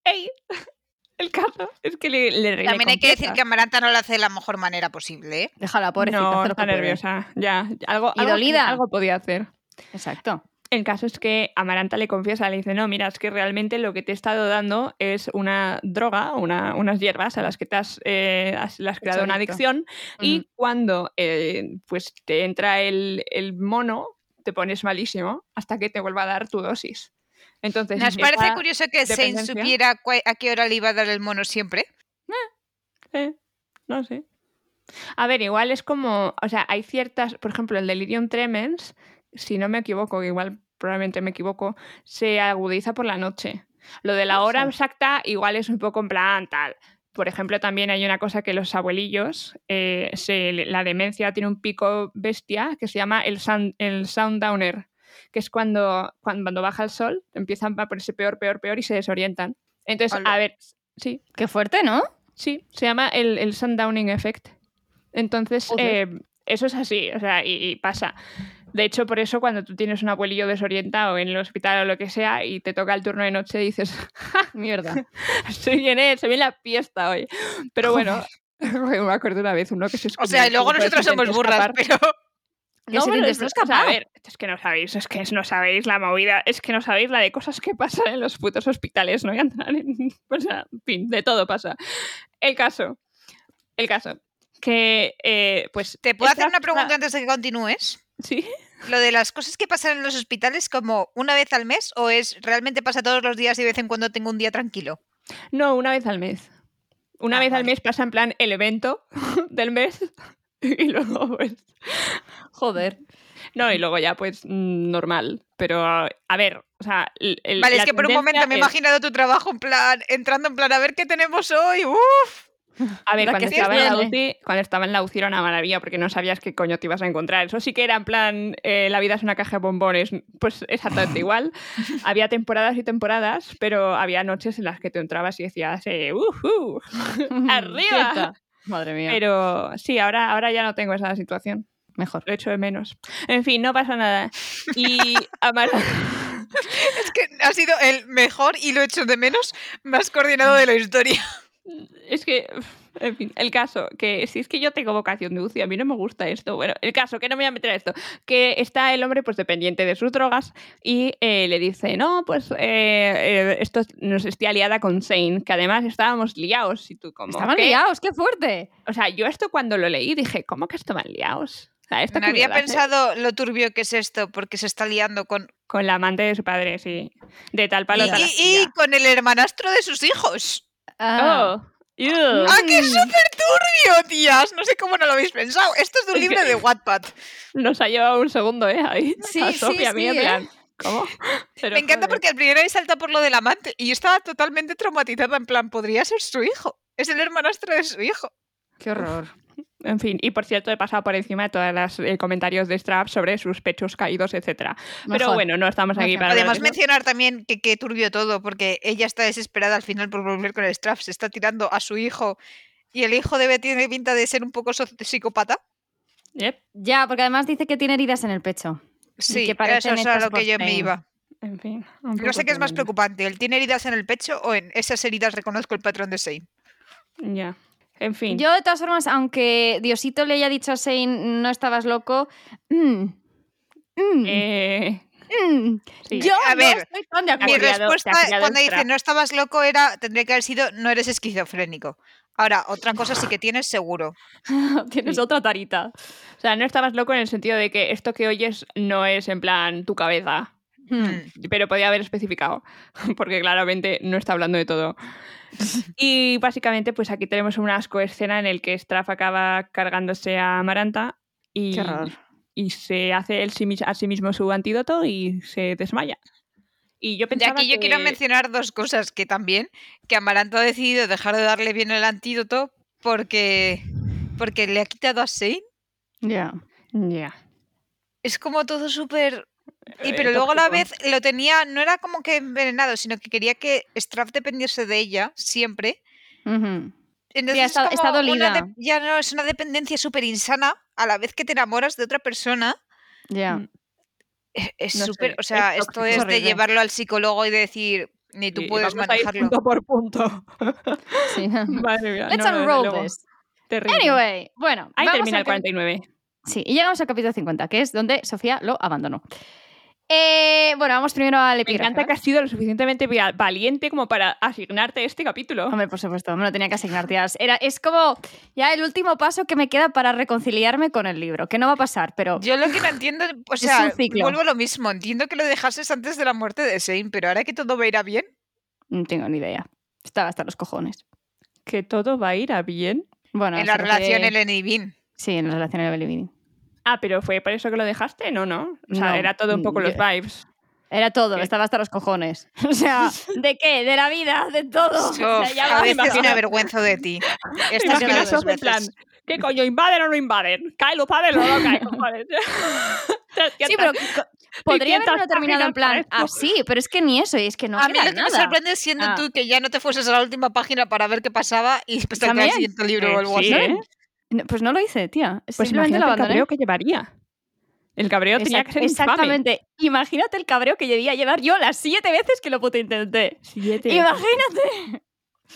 ¡Ey! El caso es que le, le le
También hay que decir
confiesa.
que Amaranta no lo hace de la mejor manera posible. ¿eh?
Déjala, pobrecita.
no,
hace lo
está
que puede.
nerviosa. Ya, algo,
Y
algo-
dolida.
algo podía hacer.
Exacto.
El caso es que Amaranta le confiesa, le dice, no, mira, es que realmente lo que te he estado dando es una droga, una- unas hierbas a las que te has, eh, has- le has creado una
adicto.
adicción
Ujú.
y cuando eh, pues te entra el, el mono, te pones malísimo hasta que te vuelva a dar tu dosis. Entonces,
Nos
empieza-
parece curioso que Sainz
dependencia.
supiera cua- a qué hora le iba a dar el mono siempre.
Eh, no sé. A ver, igual es como, o sea, hay ciertas, por ejemplo, el delirium tremens, si no me equivoco, que igual probablemente me equivoco, se agudiza por la noche. Lo de la
No
hora
sé.
exacta igual es un poco en plan tal. Por ejemplo, también hay una cosa que los abuelillos, eh, se- la demencia tiene un pico bestia que se llama el, sun- el sundowner, que es cuando, cuando, cuando baja el sol, empiezan a ponerse peor, peor, peor y se desorientan. Entonces,
Hola.
a ver, sí,
Qué fuerte, ¿no?
Sí, se llama el, el sundowning effect. Entonces,
Joder.
eh, eso es así, o sea, y, y pasa. De hecho, por eso cuando tú tienes un abuelillo desorientado en el hospital o lo que sea y te toca el turno de noche, dices, Ah,
Mierda.
se viene, se viene la fiesta hoy. Pero bueno, me acuerdo una vez uno que se
O sea, y luego
escondió,
nosotros
se intentó
somos burras,
escapar.
pero
No, pero es,
o sea, a ver, es que no sabéis, es que no sabéis la movida, es que no sabéis la de cosas que pasan en los putos hospitales, no voy a entrar en... O sea, en fin, de todo pasa. El caso, el caso, que eh, pues...
te puedo
esta-
hacer una pregunta antes de que continúes.
Sí,
Lo de las cosas que pasan en los hospitales, como una vez al mes, o es realmente pasa todos los días y de vez en cuando tengo un día tranquilo.
no, una vez al mes. Una
Ah,
vez al
vale.
mes pasa en plan el evento del mes y luego pues...
Joder.
No, y luego ya pues mm, normal, pero a ver, o sea... el- el-
Vale,
la
es que por un momento
tendencia
me he
es-
imaginado tu trabajo en plan, entrando en plan a ver qué tenemos hoy. Uh, ¡Uf!
A ver,
La
cuando
que
estaba, en la
tiene.
UCI, cuando estaba en la UCI era una maravilla porque no sabías qué coño te ibas a encontrar. Eso sí que era en plan, eh, la vida es una caja de bombones, pues exactamente igual. había temporadas y temporadas, pero había noches en las que te entrabas y decías, eh, "Ujú". ¡Arriba!
Quieta. Madre mía.
Pero sí, ahora, ahora ya no tengo esa situación.
Mejor.
Lo echo de menos. En fin, no pasa nada. Y Amara,
Es que ha sido el mejor y lo hecho de menos más coordinado
Mm.
de la historia.
es que, en fin, el caso, que si es que yo tengo vocación de UCI, a mí no me gusta esto. Bueno, el caso, que no me voy a meter a esto, que está el hombre pues dependiente de sus drogas y eh, le dice, no, pues eh, eh, esto nos estoy aliada con Shane, que además estábamos liados y tú como...
Estaban
¿qué?
liados, qué fuerte.
O sea, yo esto cuando lo leí dije, ¿cómo que estaban liados? O sea, ¿esto
No
qué
había
mierda es?
pensado lo turbio que es esto, porque se está liando con.
Con la amante de su padre, sí. De tal
Y,
palo, tal
y- y
astilla.
con el hermanastro de sus hijos.
Ah.
Oh, ew.
¡Ah, qué súper turbio, tías! No sé cómo no lo habéis pensado. Esto es de un
Es que-
libro de Wattpad.
Nos ha llevado un segundo, ¿eh? Ahí.
Sí,
a
sí,
Sophie, a mí,
sí,
en
¿eh?
plan, ¿Cómo? Pero,
Me encanta
joder.
porque al primero ahí salta por lo del amante y yo estaba totalmente traumatizada. En plan, podría ser su hijo. Es el hermanastro de su hijo.
Qué horror.
En fin, y por cierto, he pasado por encima de todos los comentarios de Strap sobre sus pechos caídos, etcétera. Pero
Mejor.
bueno, no estamos aquí
Mejor.
para. hablar
Además,
de eso.
mencionar también que, que turbio todo, porque ella está desesperada al final por volver con el Straff. Se está tirando a su hijo y el hijo debe tiene pinta de ser un poco soci- psicópata.
Yep,
Ya, porque además dice que tiene heridas en el pecho.
Sí,
que parecen
eso es a
hechas
lo que
por
yo me
Spain.
iba.
en fin.
No sé qué es más preocupante, el tiene heridas en el pecho o en esas heridas reconozco el patrón de Sein.
Ya. En fin.
Yo, de todas formas, aunque Diosito le haya dicho a Shane no estabas loco, mm, mm,
eh,
mm,
sí.
yo
A
no
ver,
estoy tan de
Mi
criado-
acuerdo.
re- te ha
respuesta
criado
cuando
el
dice
trap.
no estabas loco era tendría que haber sido no eres esquizofrénico. Ahora, otra cosa sí que tienes seguro.
Tienes
Sí.
otra tarita.
O sea, no estabas loco en el sentido de que esto que oyes no es en plan tu cabeza,
Mm.
pero podía haber especificado, porque claramente no está hablando de todo. Y básicamente, pues aquí tenemos una asco escena en el que Straff acaba cargándose a Maranta y,
Qué horror.
y se hace él sí mis- a sí mismo su antídoto y se desmaya. Y yo
Y
pensaba
aquí yo
que-
quiero mencionar dos cosas que también, que Amaranto ha decidido dejar de darle bien el antídoto porque, porque le ha quitado a Sein.
Ya.
Ya.
Es como todo súper... Y
Eh,
pero luego a la vez
tóxico.
lo tenía, no era como que envenenado, sino que quería que Straff dependiese de ella siempre.
Ujú.
Entonces
está-
es
está
como una
dolida.
de- ya no, es una dependencia súper insana a la vez que te enamoras de otra persona.
Ya.
Mm.
Eh, Es
No sé,
súper, o
es
sea, esto
tóxico.
es de
Horrible.
llevarlo al psicólogo y decir, ni tú
Y- y
puedes
vamos a ir
manejarlo.
punto por punto.
Sí.
Madre mía.
Let's
no, no, desde
unroll
luego.
this.
Terrible.
Anyway, bueno,
Ahí
vamos
termina
al
el
cap-
49.
Sí, y llegamos al capítulo 50, que es donde Sofía lo abandonó. Eh, bueno, vamos primero al
Me
epígrafe.
encanta
¿vale?
que has sido lo suficientemente via- valiente como para asignarte este capítulo.
Hombre, por supuesto, me lo tenía que asignar, tías. Era, es como ya el último paso que me queda para reconciliarme con el libro, que no va a pasar, pero
Yo lo que no entiendo, o
Es
sea,
un ciclo.
vuelvo a lo mismo, entiendo que lo dejases antes de la muerte de Shane, pero ahora que todo va a ir a bien,
no tengo ni idea. Estaba hasta los cojones.
Que todo va a ir a bien.
Bueno,
en la
se refiere-
relación Elena y Vin.
Sí, en la relación de Belivini.
Ah, pero fue por eso que lo dejaste, no, no. O sea,
No,
era todo un poco los
yo-
vibes.
Era todo,
¿Qué?
estaba hasta los cojones. O sea, ¿de qué? ¿De la vida? ¿De todo? O sea,
Sof,
ya
a
va.
veces
imagino-
me avergüenzo de ti. Esta es
Imagino
una de
a
dos
Sof en
veces.
plan, ¿qué coño? ¿Invaden o no invaden? ¿Caen los padres o no caen? ¿eh, cojones? Ya- ya
Sí,
está.
pero co- podría haberlo
600
terminado en plan
páginas para esto.
así, pero es que ni eso, y es que no
a mí
queda
lo que me
nada.
sorprende es siendo
Ah.
tú que ya no te fueses a la última página para ver qué pasaba y después te acabas el
También.
siguiente libro
Eh,
o algo
sí,
así.
¿eh?
No, pues no lo hice, tía.
Pues
Simplemente lo
imagínate el
abandoné.
cabreo que llevaría. El cabreo tenía
Exact-
que ser infame.
Exactamente. Imagínate el cabreo que llegué a llevar yo las siete veces que lo puto intenté.
Siete.
Imagínate.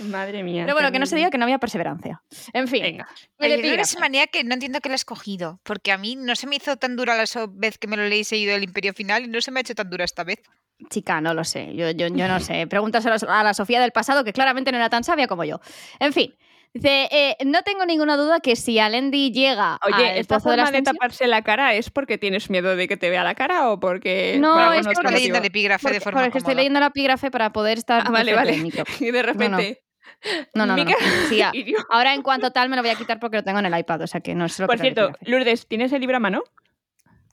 Madre mía.
Pero bueno, que no se diga
terrible.
que no había perseverancia. En fin.
Venga.
el
Oye, creo que
epígrafe.
es manía que no entiendo que la has cogido, porque a mí no se me hizo tan dura la so- vez que me lo leí seguido el Imperio Final y no se me ha hecho tan dura esta vez.
Chica, no lo sé. Yo, yo, yo no sé. Pregúntaselo a la Sofía del pasado, que claramente no era tan sabia como yo. En fin. Dice, eh, no tengo ninguna duda que si Alendi llega
Oye,
al
¿esta
pozo de
forma
las
de taparse la cara es porque tienes miedo de que te vea la cara o porque...
No,
por algún
es
otro
Estoy
porque-
leyendo el
motivo?
epígrafe
porque,
de forma
porque estoy
cómoda.
leyendo el epígrafe para poder estar
Ah, vale,
enfrente
vale.
del micro.
Y de repente...
No, no, no. no.
Mica-
Sí, a-
y yo-
ahora en cuanto tal me lo voy a quitar porque lo tengo en el iPad, o sea que no es lo
Por
que era el
cierto,
epígrafe.
Lourdes, ¿tienes el libro a mano?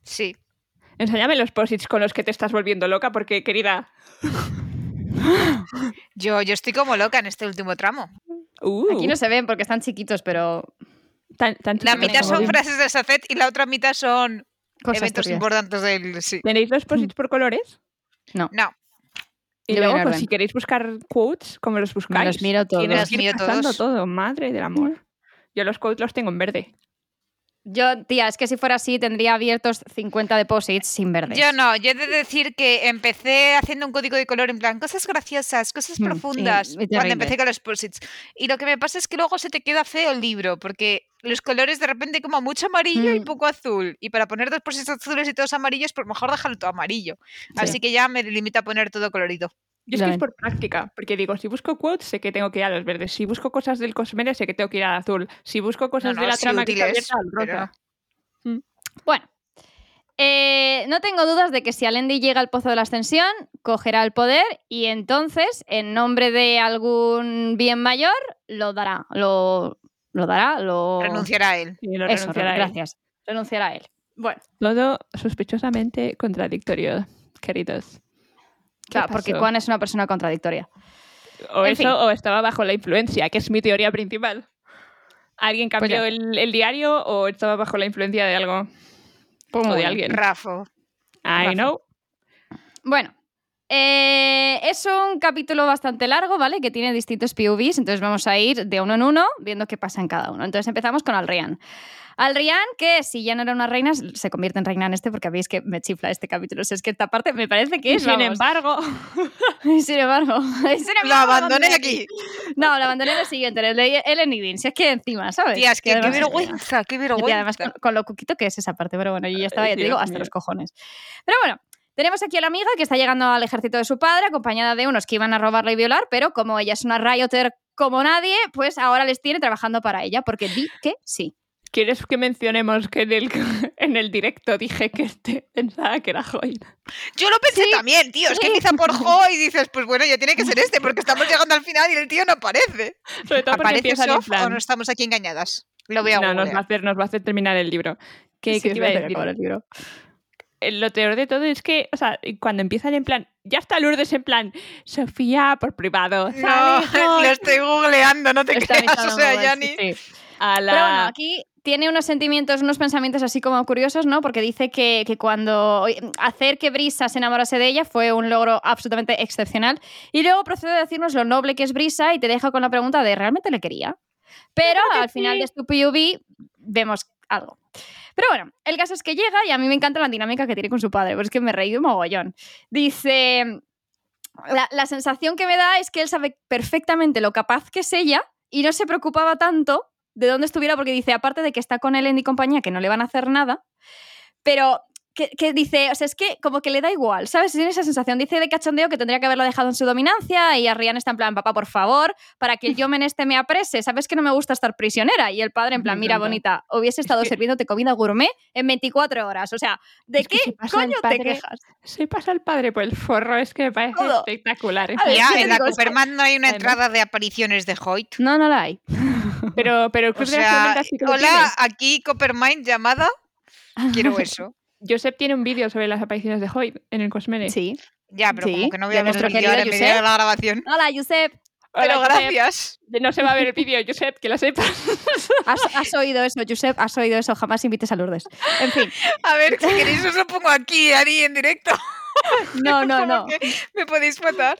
Sí.
Enséñame los posits con los que te estás volviendo loca, porque, querida,
Yo, yo estoy como loca en este último tramo.
Uh,
Aquí no se ven porque están chiquitos, pero
tan- tan
La
chiquitos
mitad
como
son
yo.
frases de Sacet y la otra mitad son
cosas
eventos
turbias.
importantes del. Sí.
¿Tenéis los posits por colores?
No,
Y
Mm. Yo voy en
luego, pues,
orden.
si queréis buscar quotes, como los buscáis.
Me los miro todos. Mm.
Tienes
Los
que ir
miro
pasando
todos.
todo, madre del amor. Yo los quotes los tengo en verde.
Yo, tía, es que si fuera así tendría abiertos 50 deposits sin verdes.
yo no. Yo he de decir que empecé haciendo un código de color en plan cosas graciosas, cosas
Mm,
profundas,
y- y
cuando
terrible.
empecé con los posits. Y lo que me pasa es que luego se te queda feo el libro, porque los colores de repente como mucho amarillo y
Mm.
poco azul. Y para poner dos posits azules y todos amarillos, pues mejor dejarlo todo amarillo. Así
Sí.
que ya me limito a poner todo colorido.
Yo es que es
Bien.
por práctica, porque digo, si busco quotes, sé que tengo que ir a los verdes. Si busco cosas del cosmere, sé que tengo que ir al azul. Si busco cosas
No,
de
no,
la
sí,
trama que está
útiles,
abierta, al
pero
rosa.
Bueno, eh, no tengo dudas de que si Alendi llega al Pozo de la Ascensión, cogerá el poder y entonces, en nombre de algún bien mayor, lo dará. Lo, lo dará, lo...
Renunciará a él.
Y lo
Eso,
renunciará él.
gracias. Renunciará a él. Bueno,
Todo sospechosamente contradictorio, queridos.
claro, porque
pasó?
Juan es una persona contradictoria.
O
En
eso,
fin.
o estaba bajo la influencia, que es mi teoría principal. ¿Alguien
Pues ya.
cambió el, el diario o estaba bajo la influencia de algo? O de alguien.
Rafa.
I
Rafa.
know.
Bueno, eh, es un capítulo bastante largo, ¿vale? Que tiene distintos POVs, entonces vamos a ir de uno en uno viendo qué pasa en cada uno. Entonces empezamos con Alrian. Alrian, que si ya no era una reina, se convierte en reina en este, porque veis que me chifla este capítulo. O sea, es que esta parte me parece que
Y
es.
sin
vamos,
embargo,
sin embargo. sin
Lo
embargo,
abandoné aquí.
No, la abandoné en el siguiente, en el Idin. Si es que encima, ¿sabes?
Tía, es que qué
además es reina.
vergüenza, qué
Y
vergüenza.
además con, con lo cuquito que es esa parte, pero bueno, yo ya estaba, ya te
Dios
digo, hasta
mío.
los cojones. Pero bueno, tenemos aquí a la amiga que está llegando al ejército de su padre, acompañada de unos que iban a robarla y violar, pero como ella es una rioter como nadie, pues ahora les tiene trabajando para ella, porque di que sí.
¿quieres que mencionemos que en el, en el directo dije que este pensaba que era Joy?
Yo lo pensé
Sí.
también, tío. Es que
Sí.
quizá por Jo y dices, pues bueno, ya tiene que ser este, porque estamos llegando al final y el tío no aparece.
Sobre todo porque
¿Aparece
empiezan en
Sof o
plan.
no estamos aquí engañadas? Lo voy a
no, nos va a,
googlear.
hacer, nos va a hacer terminar el libro. ¿Qué,
Sí,
qué
es
te iba a
verdad que
decir?
acaba el libro.
Eh, Lo peor de todo es que, o sea, cuando empiezan en plan, ya está Lourdes en plan, Sofía por privado, sale
No,
Joy
lo estoy googleando, no te
Está
creas.
mitad
O sea,
normal,
ya
sí,
ni.
sí.
a la...
Pero bueno, aquí tiene unos sentimientos, unos pensamientos así como curiosos, ¿no? Porque dice que, que cuando hacer que Brisa se enamorase de ella fue un logro absolutamente excepcional. Y luego procede a decirnos lo noble que es Brisa y te deja con la pregunta de ¿realmente le quería? Pero al final de este PUB vemos algo. Pero bueno, el caso es que llega y a mí me encanta la dinámica que tiene con su padre, porque es que me reí de mogollón. Dice, la, la sensación que me da es que él sabe perfectamente lo capaz que es ella y no se preocupaba tanto de dónde estuviera, porque dice, aparte de que está con Ellen y compañía, que no le van a hacer nada, pero que, que dice, o sea, es que como que le da igual, ¿sabes? Tiene esa sensación, dice de cachondeo que tendría que haberlo dejado en su dominancia y Arrian está en plan, papá, por favor, para que el Yomen este me aprese, ¿sabes que no me gusta estar prisionera? Y el padre en
Me
plan, mira,
encanta.
bonita, hubiese estado
que-
sirviéndote comida gourmet en 24 horas, o sea, ¿de
Es que
qué
se pasa el
coño te
padre
quejas?
Se pasa el padre por el forro, es que me parece
Todo.
espectacular. en
A ver,
fin.
Ya,
yo te
en la
digo, es que-
Cooperman no hay una
Además-
entrada de apariciones de Hoyt.
No, no la hay.
Pero, pero el
O
Club de las
sea,
Tormentas sí que lo tiene.
hola, aquí Coppermine llamada. Quiero eso.
Josep tiene un vídeo sobre las apariciones de Hoyt en el Cosmere.
Sí.
Ya, pero
Sí,
como que no voy
de
a ver
nuestro
el vídeo
querido
ahora en medio
Josep.
de la grabación.
Hola, Josep.
Hola,
Pero
Josep.
gracias.
No se va a ver el vídeo, Josep, que lo sepas.
Has, has oído eso, Josep. Has oído eso. Jamás invites a Lourdes. En fin.
A ver, si queréis os lo pongo aquí, Ari, en directo.
No,
Por
no,
favor,
no.
que Me podéis matar.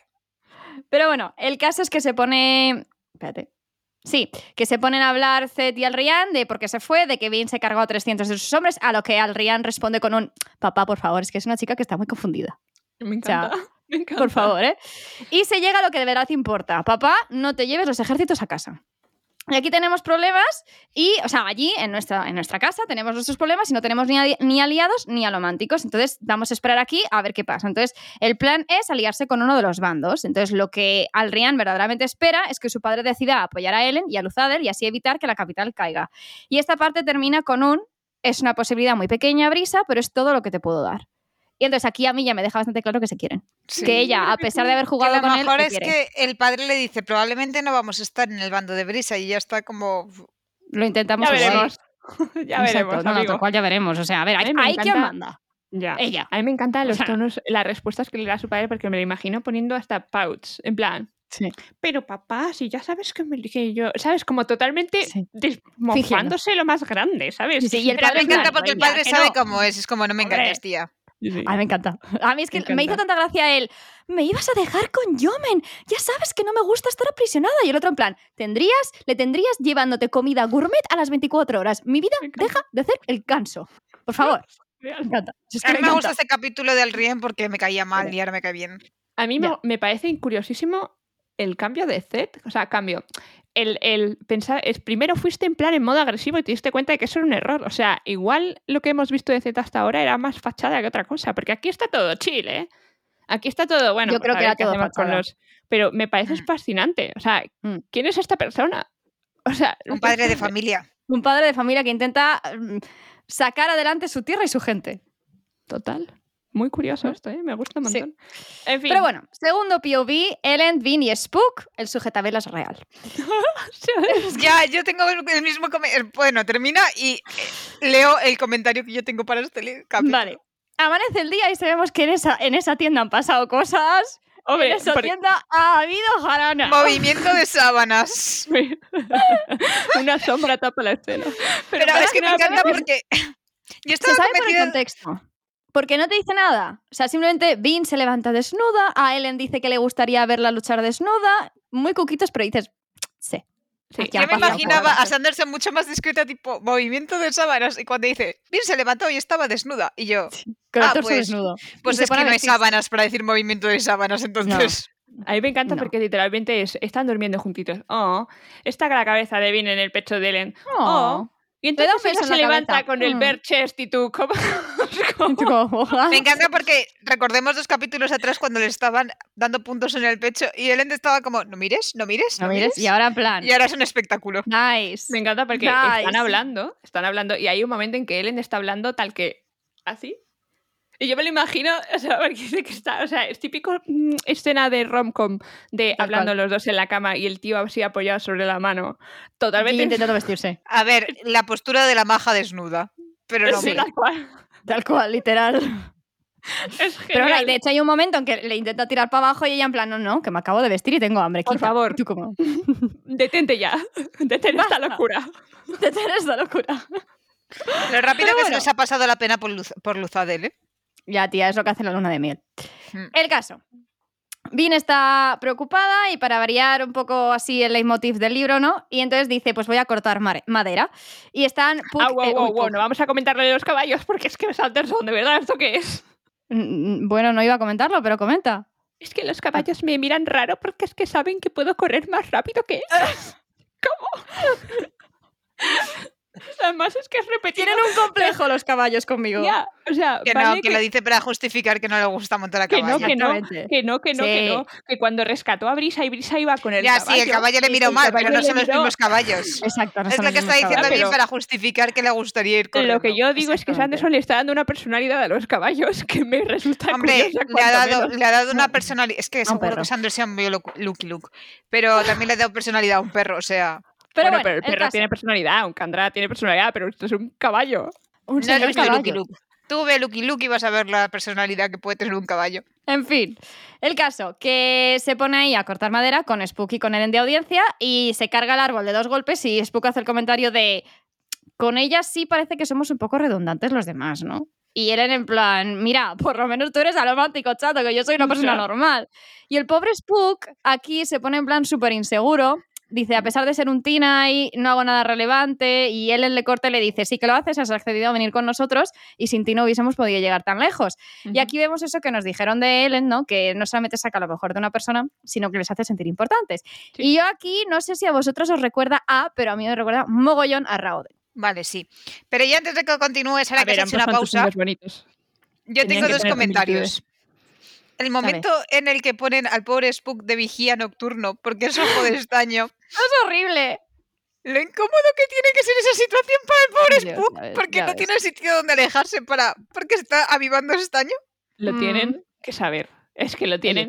Pero bueno, el caso es que se pone. Espérate. Sí, que se ponen a hablar Zed y Alrian de por qué se fue, de que Vin se cargó a 300 de sus hombres, a lo que Alrian responde con un papá, por favor, es que es una chica que está muy confundida.
Me
sea,
encanta. me encanta.
Por favor, ¿eh? Y se llega a lo que de verdad importa. Papá, no te lleves los ejércitos a casa. Y aquí tenemos problemas y, o sea, allí en nuestra, en nuestra casa tenemos nuestros problemas y no tenemos ni, ali- ni aliados ni alománticos. Entonces, vamos a esperar aquí a ver qué pasa. Entonces, el plan es aliarse con uno de los bandos. Entonces, lo que Alrian verdaderamente espera es que su padre decida apoyar a Ellen y a Luzader y así evitar que la capital caiga. Y esta parte termina con un, es una posibilidad muy pequeña, Brisa, pero es todo lo que te puedo dar. Y entonces aquí a mí ya me deja bastante claro que se quieren
Sí.
que ella, a pesar de haber
Que
jugado
lo
con él,
mejor
le
es
quiere.
que el padre le dice, probablemente no vamos a estar en el bando de Brisa y ya está como...
lo intentamos.
Ya
igual.
veremos. ya
Exacto,
veremos,
no, no,
amigo.
tal cual ya veremos. O sea, a ver,
A mí
hay,
me
hay quien
encanta-
manda.
Ya.
Ella.
A mí me encantan los
sea-
tonos, las respuestas que le da su padre, porque me lo imagino poniendo hasta pouts. En plan,
Sí.
Pero papá, si ya sabes que me que yo, ¿sabes? Como totalmente
Sí.
desmofándose lo más grande, ¿sabes?
Sí, sí, y el
Pero
padre
me
en plan,
encanta porque el
"Venga,
padre
que
sabe
no".
cómo es. Es como, no me
Hombre.
engañes, tía.
Sí, sí.
A mí me encanta. A mí es que
Me
me hizo
encanta.
tanta gracia él. Me ibas a dejar con Yomen. Ya sabes que no me gusta estar aprisionada. Y el otro en plan, tendrías, le tendrías llevándote comida gourmet a las 24 horas. Mi vida
Me encanta.
deja de hacer el canso. Por favor, me encanta. Es que
A
me
mí me
encanta.
gusta este capítulo del Rien porque me caía mal y ahora me cae bien.
A mí me,
Ya.
me parece curiosísimo el cambio de Zed. O sea, cambio. El, el pensar, es, primero fuiste en plan en modo agresivo y te diste cuenta de que eso era un error. O sea, igual lo que hemos visto de Zed hasta ahora era más fachada que otra cosa, porque aquí está todo chile. ¿eh? Aquí está todo, bueno,
Yo
pues
creo
a
que
ver
era
qué
todo
hacemos con
fachada. Ah.
los- Pero me parece
Mm.
fascinante. O sea,
Mm.
¿quién es esta persona? O sea,
Un padre de
es-
familia.
Un padre de familia que intenta mm, sacar adelante su tierra y su gente.
Total. Muy curioso
¿No?
esto, ¿eh? Me gusta un
Sí.
montón. En fin.
Pero bueno, segundo POV, Ellen, Vin y Spook, el sujetabelas real.
Ya, yo tengo el el mismo comentario. Bueno, termina y eh, leo el comentario que yo tengo para este li- capítulo.
Vale. Amanece el día y sabemos que en esa, en esa tienda han pasado cosas.
Hombre,
en esa
por-
tienda ha habido jarana.
Movimiento de sábanas.
Una sombra tapa la escena.
Pero,
para
es que me
nada,
encanta
pero-
porque yo
Se
estaba
sabe por el
convencida.
contexto. Porque no te dice nada. O sea, simplemente Vin se levanta desnuda, a Ellen dice que le gustaría verla luchar desnuda. Muy cuquitos, pero dices, sí.
Sí,
Aquí
Yo
han
me
pasado
imaginaba a
cosas.
Sanderson mucho más discreta, tipo movimiento de sábanas. Y cuando dice, bien, se levantó y estaba desnuda. Y yo,
Con
Ah,
el torso
pues,
desnudo.
pues
se
es que
pone a
no hay
vestirse.
sábanas para decir movimiento de sábanas, entonces.
A mí me encanta
No.
porque literalmente es, están durmiendo juntitos. Oh, está la cabeza de Vin en el pecho de Ellen.
Oh.
Y
da un
entonces ella
beso en
se
la
levanta
cabeza.
con el
Mm.
bare chest y tú, ¿cómo?
Y tú como, "Guau".
Me encanta porque recordemos dos capítulos atrás cuando le estaban dando puntos en el pecho y Ellen estaba como, no mires, no mires, no,
No
mires.
mires. Y ahora en plan.
Y ahora es un espectáculo.
Nice.
Me encanta porque están
Nice.
hablando, están hablando, y hay un momento en que Ellen está hablando tal que así. Y yo me lo imagino, o sea, porque dice que está, o sea, es típico mm, escena de rom-com de
Tal
hablando los dos en la cama y el tío así apoyado sobre la mano.
Y
Totalmente
intentando vestirse.
A ver, la postura de la maja desnuda. Pero no,
Sí,
hombre.
tal cual.
Tal cual, literal.
Es
Pero ahora,
genial.
de hecho, hay un momento en que le intenta tirar para abajo y ella en plan, no, no, que me acabo de vestir y tengo hambre.
Por
quita".
favor.
Y tú como,
Detente ya. Detén esta
Basta.
locura.
te tienes la locura.
Lo rápido
Pero
que se
bueno.
les ha pasado la pena por, Luz- por Luzadel, ¿eh?
Ya, tía, es lo que hace la luna de miel.
Mm.
El caso. Vin está preocupada y para variar un poco así el leitmotiv del libro, ¿no? Y entonces dice, pues voy a cortar mare- madera. Y están... Puck,
Ah, wow,
eh,
wow,
uy,
wow,
Puck.
No vamos a comentarle de los caballos porque es que Sanderson, de verdad, ¿esto qué es?
Mm, Bueno, no iba a comentarlo, pero comenta.
Es que los caballos me miran raro porque es que saben que puedo correr más rápido que ellos. ¿Cómo? Además es que es repetir.
Tienen un complejo los caballos conmigo.
Ya, o sea,
Que
vale
no, que, lo dice para justificar que no le gusta montar a
que no,
caballo.
que no,
Exactamente.
que no, que no, que
Sí.
no, que cuando rescató a Brisa y Brisa iba con el
ya,
caballo.
sí, el caballo le
y
miró
el
mal, pero
caballo
no
le
son los
miró-
mismos caballos.
Exacto. no
es
son
lo
los
que está
mismos
diciendo
caballos.
bien
Pero-
para justificar que le gustaría ir corriendo.
Lo que yo digo es que
Exactamente.
Sanderson le está dando una personalidad a los caballos que me resulta
Hombre,
curiosa
le ha,
cuanto
dado,
menos.
le ha dado una
No.
personalidad. Es que
un
seguro
perro.
que Sanders sea un medio locu- Lucky Luke. Pero también le ha dado personalidad a un perro, o sea.
Pero
Bueno,
bueno,
pero el perro
caso.
tiene personalidad, un candra tiene personalidad, pero esto es un caballo.
Un
No
señor
le viste Lucky
caballo.
Luke. Tú ve Lucky Luke y vas a ver la personalidad que puede tener un caballo.
En fin, el caso, que se pone ahí a cortar madera con Spook y con Eren de audiencia y se carga el árbol de dos golpes y Spook hace el comentario de, con ella sí parece que somos un poco redundantes los demás, ¿no? Y Eren en plan, mira, por lo menos tú eres alomántico, chato, que yo soy una persona
Ya.
normal. Y el pobre Spook aquí se pone en plan súper inseguro. Dice, a pesar de ser un Tinai, no hago nada relevante. Y Ellen le corta y le dice, sí que lo haces, has accedido a venir con nosotros y sin ti no hubiésemos podido llegar tan lejos. Y aquí vemos eso que nos dijeron de Ellen, ¿no? Que no solamente saca lo mejor de una persona, sino que les hace sentir importantes.
Sí.
Y yo aquí no sé si a vosotros os recuerda a, pero a mí me recuerda mogollón a Raoden.
Vale, sí. Pero ya antes de que continúe, Sara,
A
que
ver,
has hecho
ambos
una
son tus
pausa,
hijos bonitos.
yo
tenían
tengo
que
dos
tener
comentarios. El momento en el que ponen al pobre Spook de vigía nocturno, porque es ojo de estaño,
¡Es horrible!
lo incómodo que tiene que ser esa situación para el pobre
Dios,
Spook,
ya ves,
porque
ya
no
ves.
tiene sitio donde alejarse para, porque está avivando este estaño.
Lo
Mm.
tienen que saber. Es que lo tienen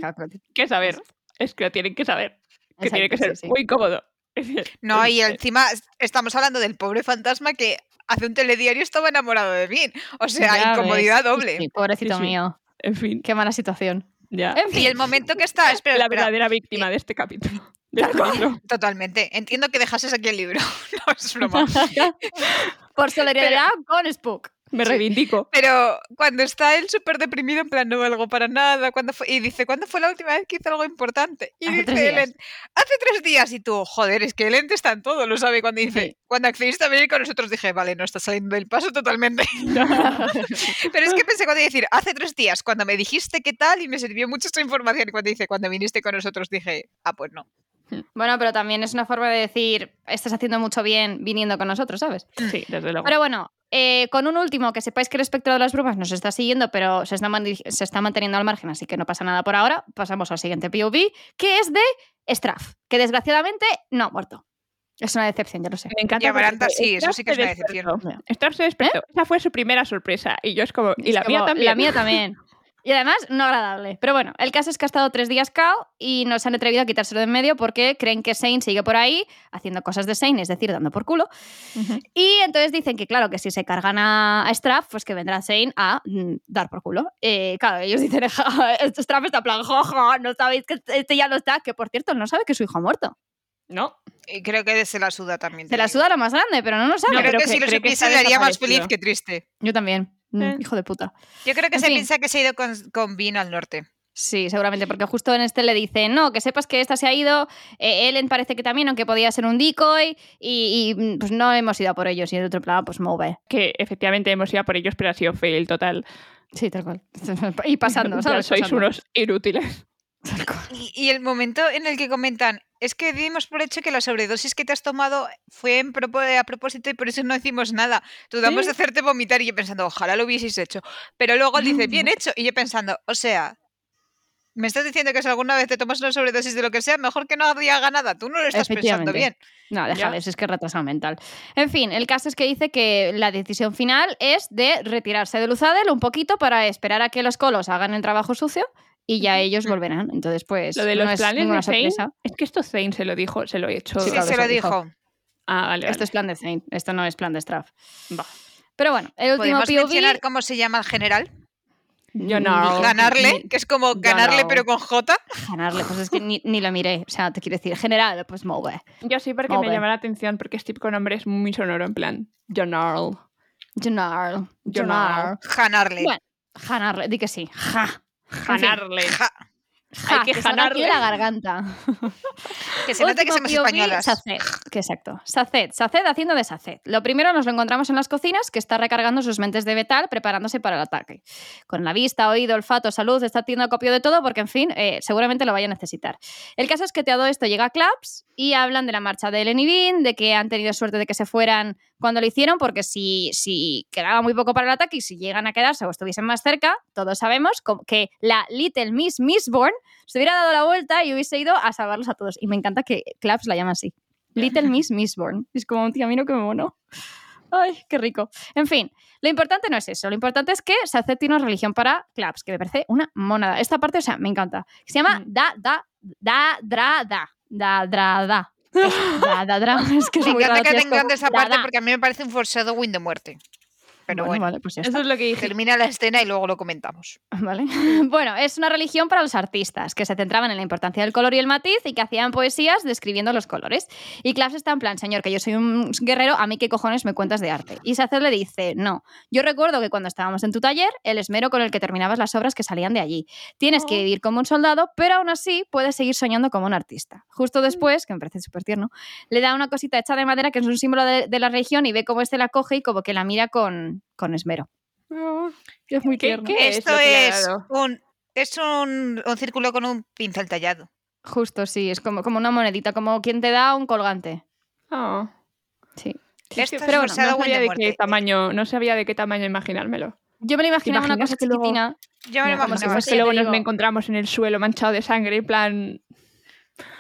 que saber. Es que lo tienen que saber. Que tiene que ser muy cómodo.
No, y
Este
encima es- estamos hablando del pobre fantasma que hace un telediario estaba enamorado de mí. O sea, incomodidad doble.
pobrecito
Sí, sí.
mío.
En fin.
Qué mala situación.
Ya.
En
Y
fin,
el momento que está, espera,
la
espera,
verdadera víctima de este capítulo. De este libro.
totalmente. Entiendo que dejases aquí el libro, no es broma.
por solidaridad con Spook.
Me
Sí.
reivindico.
Pero cuando está él súper deprimido, en plan, no valgo para nada, cuando fue- y dice, ¿cuándo fue la última vez que hizo algo importante? Y
Hace
dice
tres días.
Ellen, hace tres días, y tú, joder, es que Ellen te está en todo, lo sabe, Y cuando dice,
Sí.
cuando accediste a venir con nosotros, dije, vale, no está saliendo del paso totalmente. Pero es que pensé cuando iba a decir, hace tres días, cuando me dijiste qué tal, y me sirvió mucho esta información, y cuando dice, cuando viniste con nosotros, dije, ah, pues no.
Bueno, pero también es una forma de decir, estás haciendo mucho bien viniendo con nosotros, ¿sabes?
Sí, desde luego.
Pero bueno, eh, con un último, que sepáis que el espectro de las brumas nos está siguiendo, pero se está, man- se está manteniendo al margen, así que no pasa nada por ahora. Pasamos al siguiente POV, que es de Straff, que desgraciadamente no ha muerto. Es una decepción, ya lo sé.
me encanta. porque
Y Amaranta, sí, eso
Straff
sí que es
se
una decepción.
despertó. Straff se despertó. Esa fue su primera sorpresa. Y yo ¿Eh? es como. Y
Es
la mía
como,
también.
La mía también. Y además, no agradable. Pero bueno, el caso es que ha estado tres días cao y no se han atrevido a quitárselo de en medio porque creen que Shane sigue por ahí haciendo cosas de Shane, es decir, dando por culo.
Ujú.
Y entonces dicen que, claro, que si se cargan a, a Straff, pues que vendrá Shane a mm, dar por culo. Eh, claro, ellos dicen, "Ja, ja, este Straff está en plan, jojo, no sabéis que este ya lo está. Que por cierto, no sabe que su hijo ha muerto.
No.
Y creo que se la suda también. te
Se la
digo.
suda la más grande, pero no lo sabe.
No,
Creo
pero
que,
que-
si lo
creo que
supiese
está
le haría más
desaparecido.
feliz que triste.
Yo también. Mm,
Eh.
Hijo de puta.
Yo creo que
En
se
fin.
piensa que se ha ido con, con vino al norte.
Sí, seguramente, porque justo en este le dicen, no, que sepas que esta se ha ido, eh, Ellen parece que también, aunque podía ser un decoy, y, y, mm, pues no hemos ido a por ellos, y el otro plan, pues move.
Que efectivamente hemos ido a por ellos, pero ha sido fail total.
Sí, tal cual. y pasando,
Ya
¿sabes?
sois
Pasando.
unos inútiles.
Tal cual.
Y, y el momento en el que comentan, es que dimos por hecho que la sobredosis que te has tomado fue en propo- a propósito y por eso no hicimos nada. Dudamos
Sí.
de hacerte vomitar y yo pensando, ojalá lo hubieseis hecho. Pero luego él dice, bien hecho. Y yo pensando, o sea, me estás diciendo que si alguna vez te tomas una sobredosis de lo que sea, mejor que no haga nada. Tú no lo estás pensando
Efectivamente.
bien.
No, déjales, es que es retrasado mental. En fin, el caso es que dice que la decisión final es de retirarse de Luzadel E un poquito para esperar a que los colos hagan el trabajo sucio y ya ellos volverán. Entonces, pues,
Lo de
no
los
es
planes
ninguna
de Zane.
sorpresa.
Es que esto Zane se lo dijo, se lo he hecho.
Sí,
Sí, claro,
se
eso
lo
dijo.
dijo.
Ah, vale.
Esto
vale.
es plan de Zane, esto no es plan de Straff.
Va.
Pero bueno, el último
¿Podemos mencionar
POV...
cómo se llama el general?
Yo no.
Ni-
Mm, Ganarle,
ni-
que es como ganarle
Ganao.
pero con J.
ganarle, pues es que ni, ni lo miré. O sea, te quiero decir, general, pues move.
Yo sí, porque me
Joder.
llama la atención, porque este tipo de nombre es muy sonoro, en plan. Jonarl.
General,
General.
general.
Ganarle.
Bueno, ganarle, di que sí. Ja. En fin,
Ganarle.
Ja.
ja,
Hay que
se haga aquí
ganarle.
la garganta.
Que se nota que
Último
somos
POV,
españolas.
Saced, que exacto. Saced, Saced haciendo de Saced. Lo primero nos lo encontramos en las cocinas, que está recargando sus mentes de metal, preparándose para el ataque. Con la vista, oído, olfato, salud, está haciendo copio de todo, porque en fin, eh, seguramente lo vaya a necesitar. El caso es que todo esto llega a Claps y hablan de la marcha de Ellen y Bean, de que han tenido suerte de que se fueran cuando lo hicieron, porque si, si quedaba muy poco para el ataque y si llegan a quedarse o estuviesen más cerca, todos sabemos com- que la Little Miss Missborn se hubiera dado la vuelta y hubiese ido a salvarlos a todos. Y me encanta que Claps la llama así. Little Miss Missborn. Es como un camino que me mono. Ay, qué rico. En fin, lo importante no es eso. Lo importante es que Sacet tiene una religión para Claps, que me parece una monada. Esta parte, o sea, me encanta. Se llama
Mm.
Da, Da, Da, Dra, Da. Da, Dra, Da. Eso, Da, Da, Dra. Es que es
Me
muy
encanta que
gracioso.
tengan de esa
Da,
parte
da.
porque a mí me parece un foreshadowing de muerte. Pero bueno,
vale, pues ya
Eso
está.
es lo que dije.
termina la escena y luego lo comentamos.
Vale. Bueno, es una religión para los artistas, que se centraban en la importancia del color y el matiz y que hacían poesías describiendo los colores. Y Claps está en plan, señor, que yo soy un guerrero, a mí qué cojones me cuentas de arte. Y Sacer le dice, no, yo recuerdo que cuando estábamos en tu taller, el esmero con el que terminabas las obras que salían de allí. Tienes que
Oh.
vivir como un soldado, pero aún así puedes seguir soñando como un artista. Justo después, que me parece súper tierno, le da una cosita hecha de madera que es un símbolo de, de la religión y ve cómo este la coge y como que la mira con, con esmero. Es muy
¿Qué-
tierno.
qué es
Esto
lo que le ha
es,
dado?
un es un, un círculo con un pincel tallado.
Justo, sí, es como, como una monedita, como quien te da un colgante.
Ah.
Sí.
Esto es
pero bueno, no
no
foreshadowing
sabía
de
de qué
muerte.
tamaño, no sabía de qué tamaño imaginármelo.
Yo me lo imaginaba una
imaginas
cosa
que luego-
chiquitina.
Yo me lo
No, como si
imaginaba
fuese
así.
que
Yo
luego
te
nos
digo-
encontramos en el suelo manchado de sangre, en plan.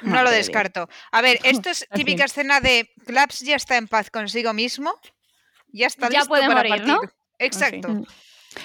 No
Madre
lo
de
descarto. A ver, esto es
En
típica
fin.
escena de Claps ya está en paz consigo mismo. Ya está
Ya
listo
puede
para
morir,
partir.
¿no?
Exacto.
Mm.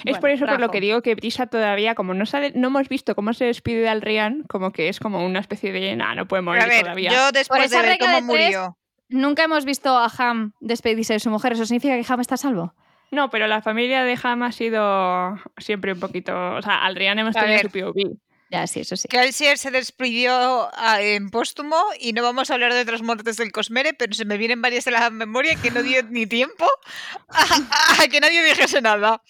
es por eso por lo que digo que Brisa todavía, como no sabe, no hemos visto cómo se despide de Alrian, como que es como una especie de nah, no puede morir
a ver,
todavía.
yo después de
esa
ver
regla
cómo
de tres,
murió.
Nunca hemos visto a Ham despedirse de su mujer, eso significa que Ham está a salvo.
No, pero la familia de Ham ha sido siempre un poquito. O sea, Alrian hemos
A
tenido
ver.
su POV.
Ya, sí, eso sí.
Que Alcier se despidió ah, en póstumo y no vamos a hablar de otras muertes del Cosmere, pero se me vienen varias de la memoria que no dio ni tiempo a, a- a que nadie dijese nada.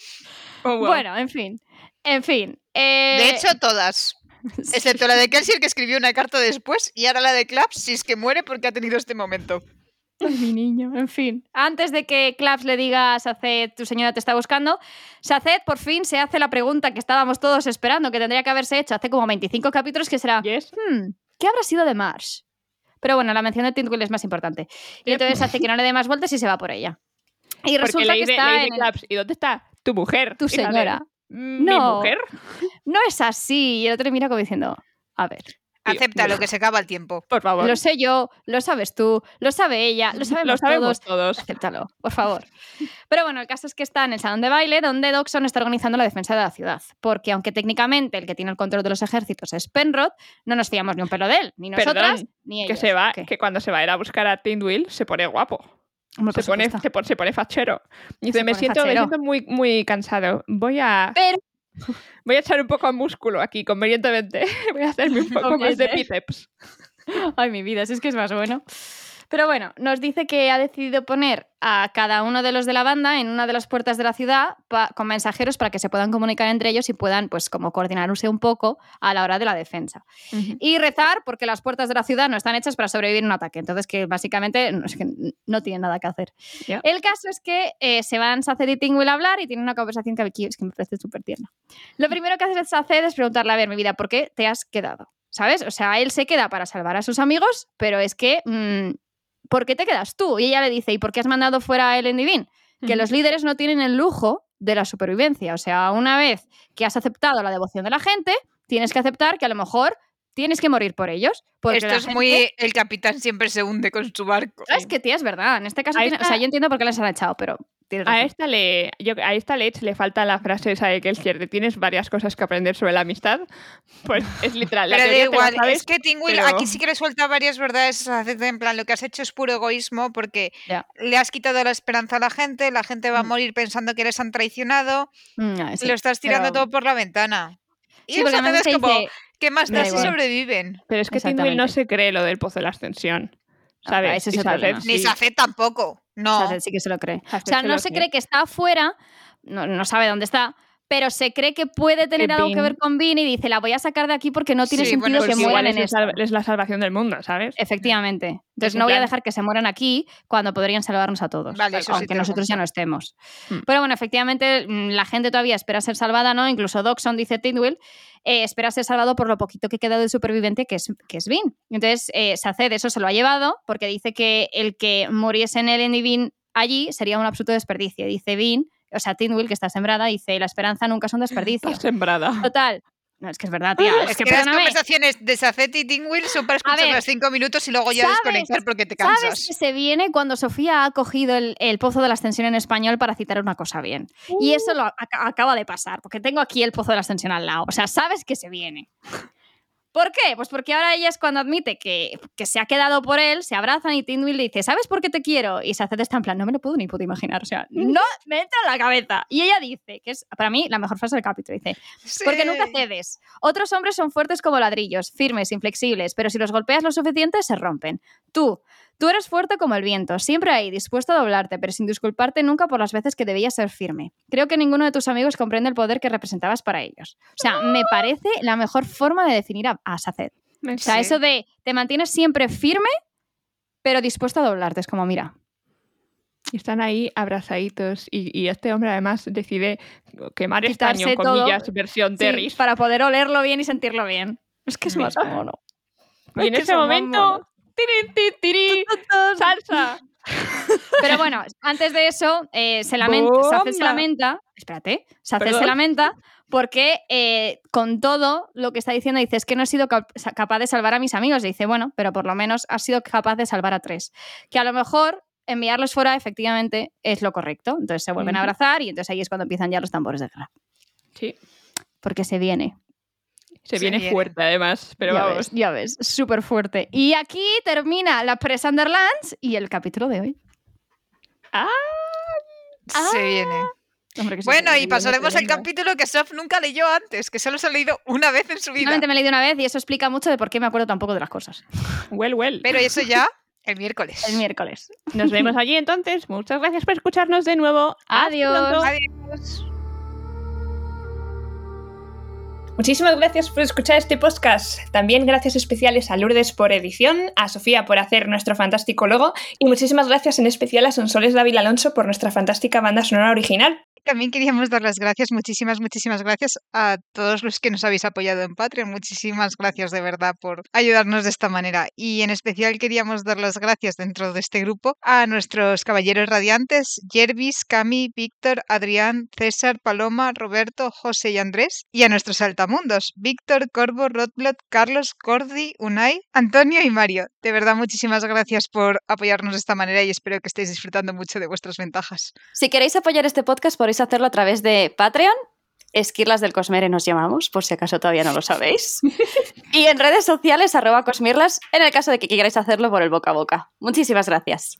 Oh, wow.
Bueno, en fin. En fin.
De
eh,
hecho, todas.
sí.
Excepto la de Kelsier, que escribió una carta después, y ahora la de Claps, si es que muere porque ha tenido este momento.
Ay, mi niño, en fin. Antes de que Claps le diga a Saced, tu señora te está buscando, Saced por fin se hace la pregunta que estábamos todos esperando, que tendría que haberse hecho hace como 25 capítulos, que será,
Yes.
"Hmm, ¿qué habrá sido de Marsh? Pero bueno, la mención de Tintwill es más importante. Y entonces hace que no le dé más vueltas y se va por ella. Y
Porque
resulta
le
que
dice-
está
le dice
en el-
Claps, ¿Y dónde está tu mujer?
tu
Y Isabel,
señora.
"Mm, ¿Mi
No.
mujer?
No es así. Y el otro le mira como diciendo, a ver,
Tío,
Acepta lo
mira.
que se acaba el tiempo.
Por favor.
lo sé yo, lo sabes tú, lo sabe ella, lo sabemos,
Lo sabemos todos.
Acéptalo, por favor. Pero bueno, el caso es que está en el salón de baile donde Doxon está organizando la defensa de la ciudad. Porque aunque técnicamente el que tiene el control de los ejércitos es Penrod, no nos fiamos ni un pelo de él, ni
Perdón,
nosotras, ni
Que
ellos.
se va,
¿Qué?
que cuando se va a ir a buscar a Tindwill se pone guapo.
Hombre,
Se
por
pone,
supuesto.
se, pone, se pone fachero. Y dice,
Se
me
pone
siento, me
fachero".
siento muy, muy cansado. Voy a,
Pero
voy a echar un poco de músculo aquí, convenientemente. Voy a hacerme un poco más de
Conveniente.
bíceps.
Ay, mi vida, si es que es más bueno. Pero bueno, nos dice que ha decidido poner a cada uno de los de la banda en una de las puertas de la ciudad pa- con mensajeros para que se puedan comunicar entre ellos y puedan, pues, como coordinarse un poco a la hora de la defensa. Y rezar porque las puertas de la ciudad no están hechas para sobrevivir a un ataque. Entonces, que básicamente no, es que no tienen nada que hacer.
Ya.
El caso es que eh, se van Saced y Tingwill a hablar y tienen una conversación que aquí es que me parece súper tierna. Lo primero que hace Saced es preguntarle, a ver, mi vida, ¿por qué te has quedado? ¿Sabes? O sea, él se queda para salvar a sus amigos, pero es que, mm, ¿por qué te quedas tú? Y ella le dice, ¿y por qué has mandado fuera a Ellen Divine? que los líderes no tienen el lujo de la supervivencia. O sea, una vez que has aceptado la devoción de la gente, tienes que aceptar que a lo mejor tienes que morir por ellos. Porque
Esto
la
es
gente-
muy. El capitán siempre se hunde con su barco.
Es que, tía, es verdad. En este caso,
A
tiene- o
esta-
sea, yo entiendo por qué les han echado, pero tienes
A
razón.
esta le, yo, a esta le, le falta la frase esa de que el cierre tienes varias cosas que aprender sobre la amistad. Pues es literal. La
Pero da
teoría te la
igual,
sabes,
es que Tingwill
pero-
aquí sí que le suelta varias verdades a Zed, en plan, lo que has hecho es puro egoísmo porque
Ya.
le has quitado la esperanza a la gente, la gente va a
Mm.
morir pensando que les han traicionado,
Mm, ah, sí.
lo estás tirando
pero-
todo por la ventana. Y
Sí, porque
eso
además
es
te
como,
dice-
¿qué más
Da
da si
igual.
sobreviven?
Pero es que Tindwill no
Exactamente.
se cree lo del pozo de la ascensión.
Ah,
¿Sabes?
ese es
Y
el
Saced
problema.
Ni
sí,
Saced tampoco, no.
Saced sí que se lo cree.
Saced
O sea,
se
no
lo
se cree que está afuera, no, no sabe dónde está, pero se cree que puede tener
Que
algo que
Vin-
ver con Vin y dice, la voy a sacar de aquí porque no tiene
Sí,
sentido
bueno, sí,
que
pues Igual
mueran
es,
en
el
esto.
sal- es la salvación del mundo, ¿sabes?
Efectivamente. Entonces
en
no voy a
plan-
dejar que se mueran aquí cuando podrían salvarnos a todos.
Vale, eso sí
aunque
te lo
nosotros ya
compro.
no estemos.
Mm.
Pero bueno, efectivamente mm, la gente todavía espera ser salvada, ¿no? Incluso Doxon, dice Tidwell, eh, espera ser salvado por lo poquito que queda del superviviente que es, que es Vin. Entonces eh, Saced eso se lo ha llevado porque dice que el que muriese en Ellen y Vin allí sería un absoluto desperdicio. Dice Vin, o sea, Tidwell, que está sembrada, dice la esperanza nunca es un desperdicio.
Está sembrada.
Total. No, es que es verdad, tía. Es,
Ah, Es
que,
que las
perdóname.
conversaciones de Saced y Tingwill son para escuchar
ver,
los cinco minutos y luego ya
¿sabes?
desconectar porque te
Sabes
cansas.
que se viene cuando Sofía ha cogido el, el pozo de la ascensión en español para citar una cosa bien.
Uh.
Y eso lo aca- acaba de pasar, porque tengo aquí el pozo de la ascensión al lado. O sea, sabes que se viene. ¿Por qué? Pues porque ahora ella es cuando admite que, que se ha quedado por él, se abrazan y Tindwill le dice, ¿sabes por qué te quiero? Y Saced está en plan, no me lo puedo ni puedo imaginar, o sea, no me entra en la cabeza. Y ella dice, que es para mí la mejor frase del capítulo, dice, porque nunca
Sí.
cedes. Otros hombres son fuertes como ladrillos, firmes, inflexibles, pero si los golpeas lo suficiente se rompen. Tú, tú eres fuerte como el viento, siempre ahí, dispuesto a doblarte, pero sin disculparte nunca por las veces que debías ser firme. Creo que ninguno de tus amigos comprende el poder que representabas para ellos. O sea, me parece la mejor forma de definir a, a Saced. O sea,
Sí.
eso de te mantienes siempre firme, pero dispuesto a doblarte. Es como, mira,
Y Están ahí abrazaditos y, y este hombre además decide quemar
Quitarse
estaño,
todo.
comillas, versión
sí,
Terry.
para poder olerlo bien y sentirlo bien. Es que es más mono.
y en
Es que
ese
son más monos.
momento, tirin, ti, tirí, salsa.
Pero bueno, antes de eso, eh, se lamenta, Saced se
Bomba.
lamenta, espérate, Saced se
Perdón.
lamenta porque eh, con todo lo que está diciendo dice, es que no he sido cap- sa- capaz de salvar a mis amigos. Y dice, bueno, pero por lo menos has sido capaz de salvar a tres. Que a lo mejor enviarlos fuera efectivamente es lo correcto. Entonces se vuelven a
Ujú.
abrazar y entonces ahí es cuando empiezan ya los tambores de guerra.
Sí,
Porque se viene.
se
Se
viene,
viene.
fuerte además, pero
ya
vamos.
ves, ya ves, súper fuerte. Y aquí termina la Press Underlands y el capítulo de hoy.
Se viene.
Hombre, que ¡ah! sí,
Bueno,
que
y
sí,
pasaremos
que
al
sí.
capítulo que Sof nunca leyó antes, que solo se ha leído una vez en su vida.
Solamente me he leído una vez y eso explica mucho de por qué me acuerdo tampoco de las cosas.
Well, well.
Pero eso ya el miércoles.
El miércoles.
Nos vemos allí entonces. Muchas gracias por escucharnos de nuevo. Hasta
Adiós.
pronto.
Adiós.
Muchísimas gracias por escuchar este podcast. También gracias especiales a Lourdes por edición, a Sofía por hacer nuestro fantástico logo y muchísimas gracias en especial a Sonsoles David Alonso por nuestra fantástica banda sonora original.
También queríamos dar las gracias, muchísimas, muchísimas gracias a todos los que nos habéis apoyado en Patreon. Muchísimas gracias de verdad por ayudarnos de esta manera. Y en especial queríamos dar las gracias dentro de este grupo a nuestros caballeros radiantes, Jervis, Cami, Víctor, Adrián, César, Paloma, Roberto, José y Andrés. Y a nuestros altamundos, Víctor, Corvo, Rotblot, Carlos, Cordi, Unai, Antonio y Mario. De verdad, muchísimas gracias por apoyarnos de esta manera y espero que estéis disfrutando mucho de vuestras ventajas.
Si queréis apoyar este podcast, podéis hacerlo a través de Patreon. Esquirlas del Cosmere nos llamamos, por si acaso todavía no lo sabéis. y en redes sociales, arroba Cosmirlas, en el caso de que queráis hacerlo por el boca a boca. Muchísimas gracias.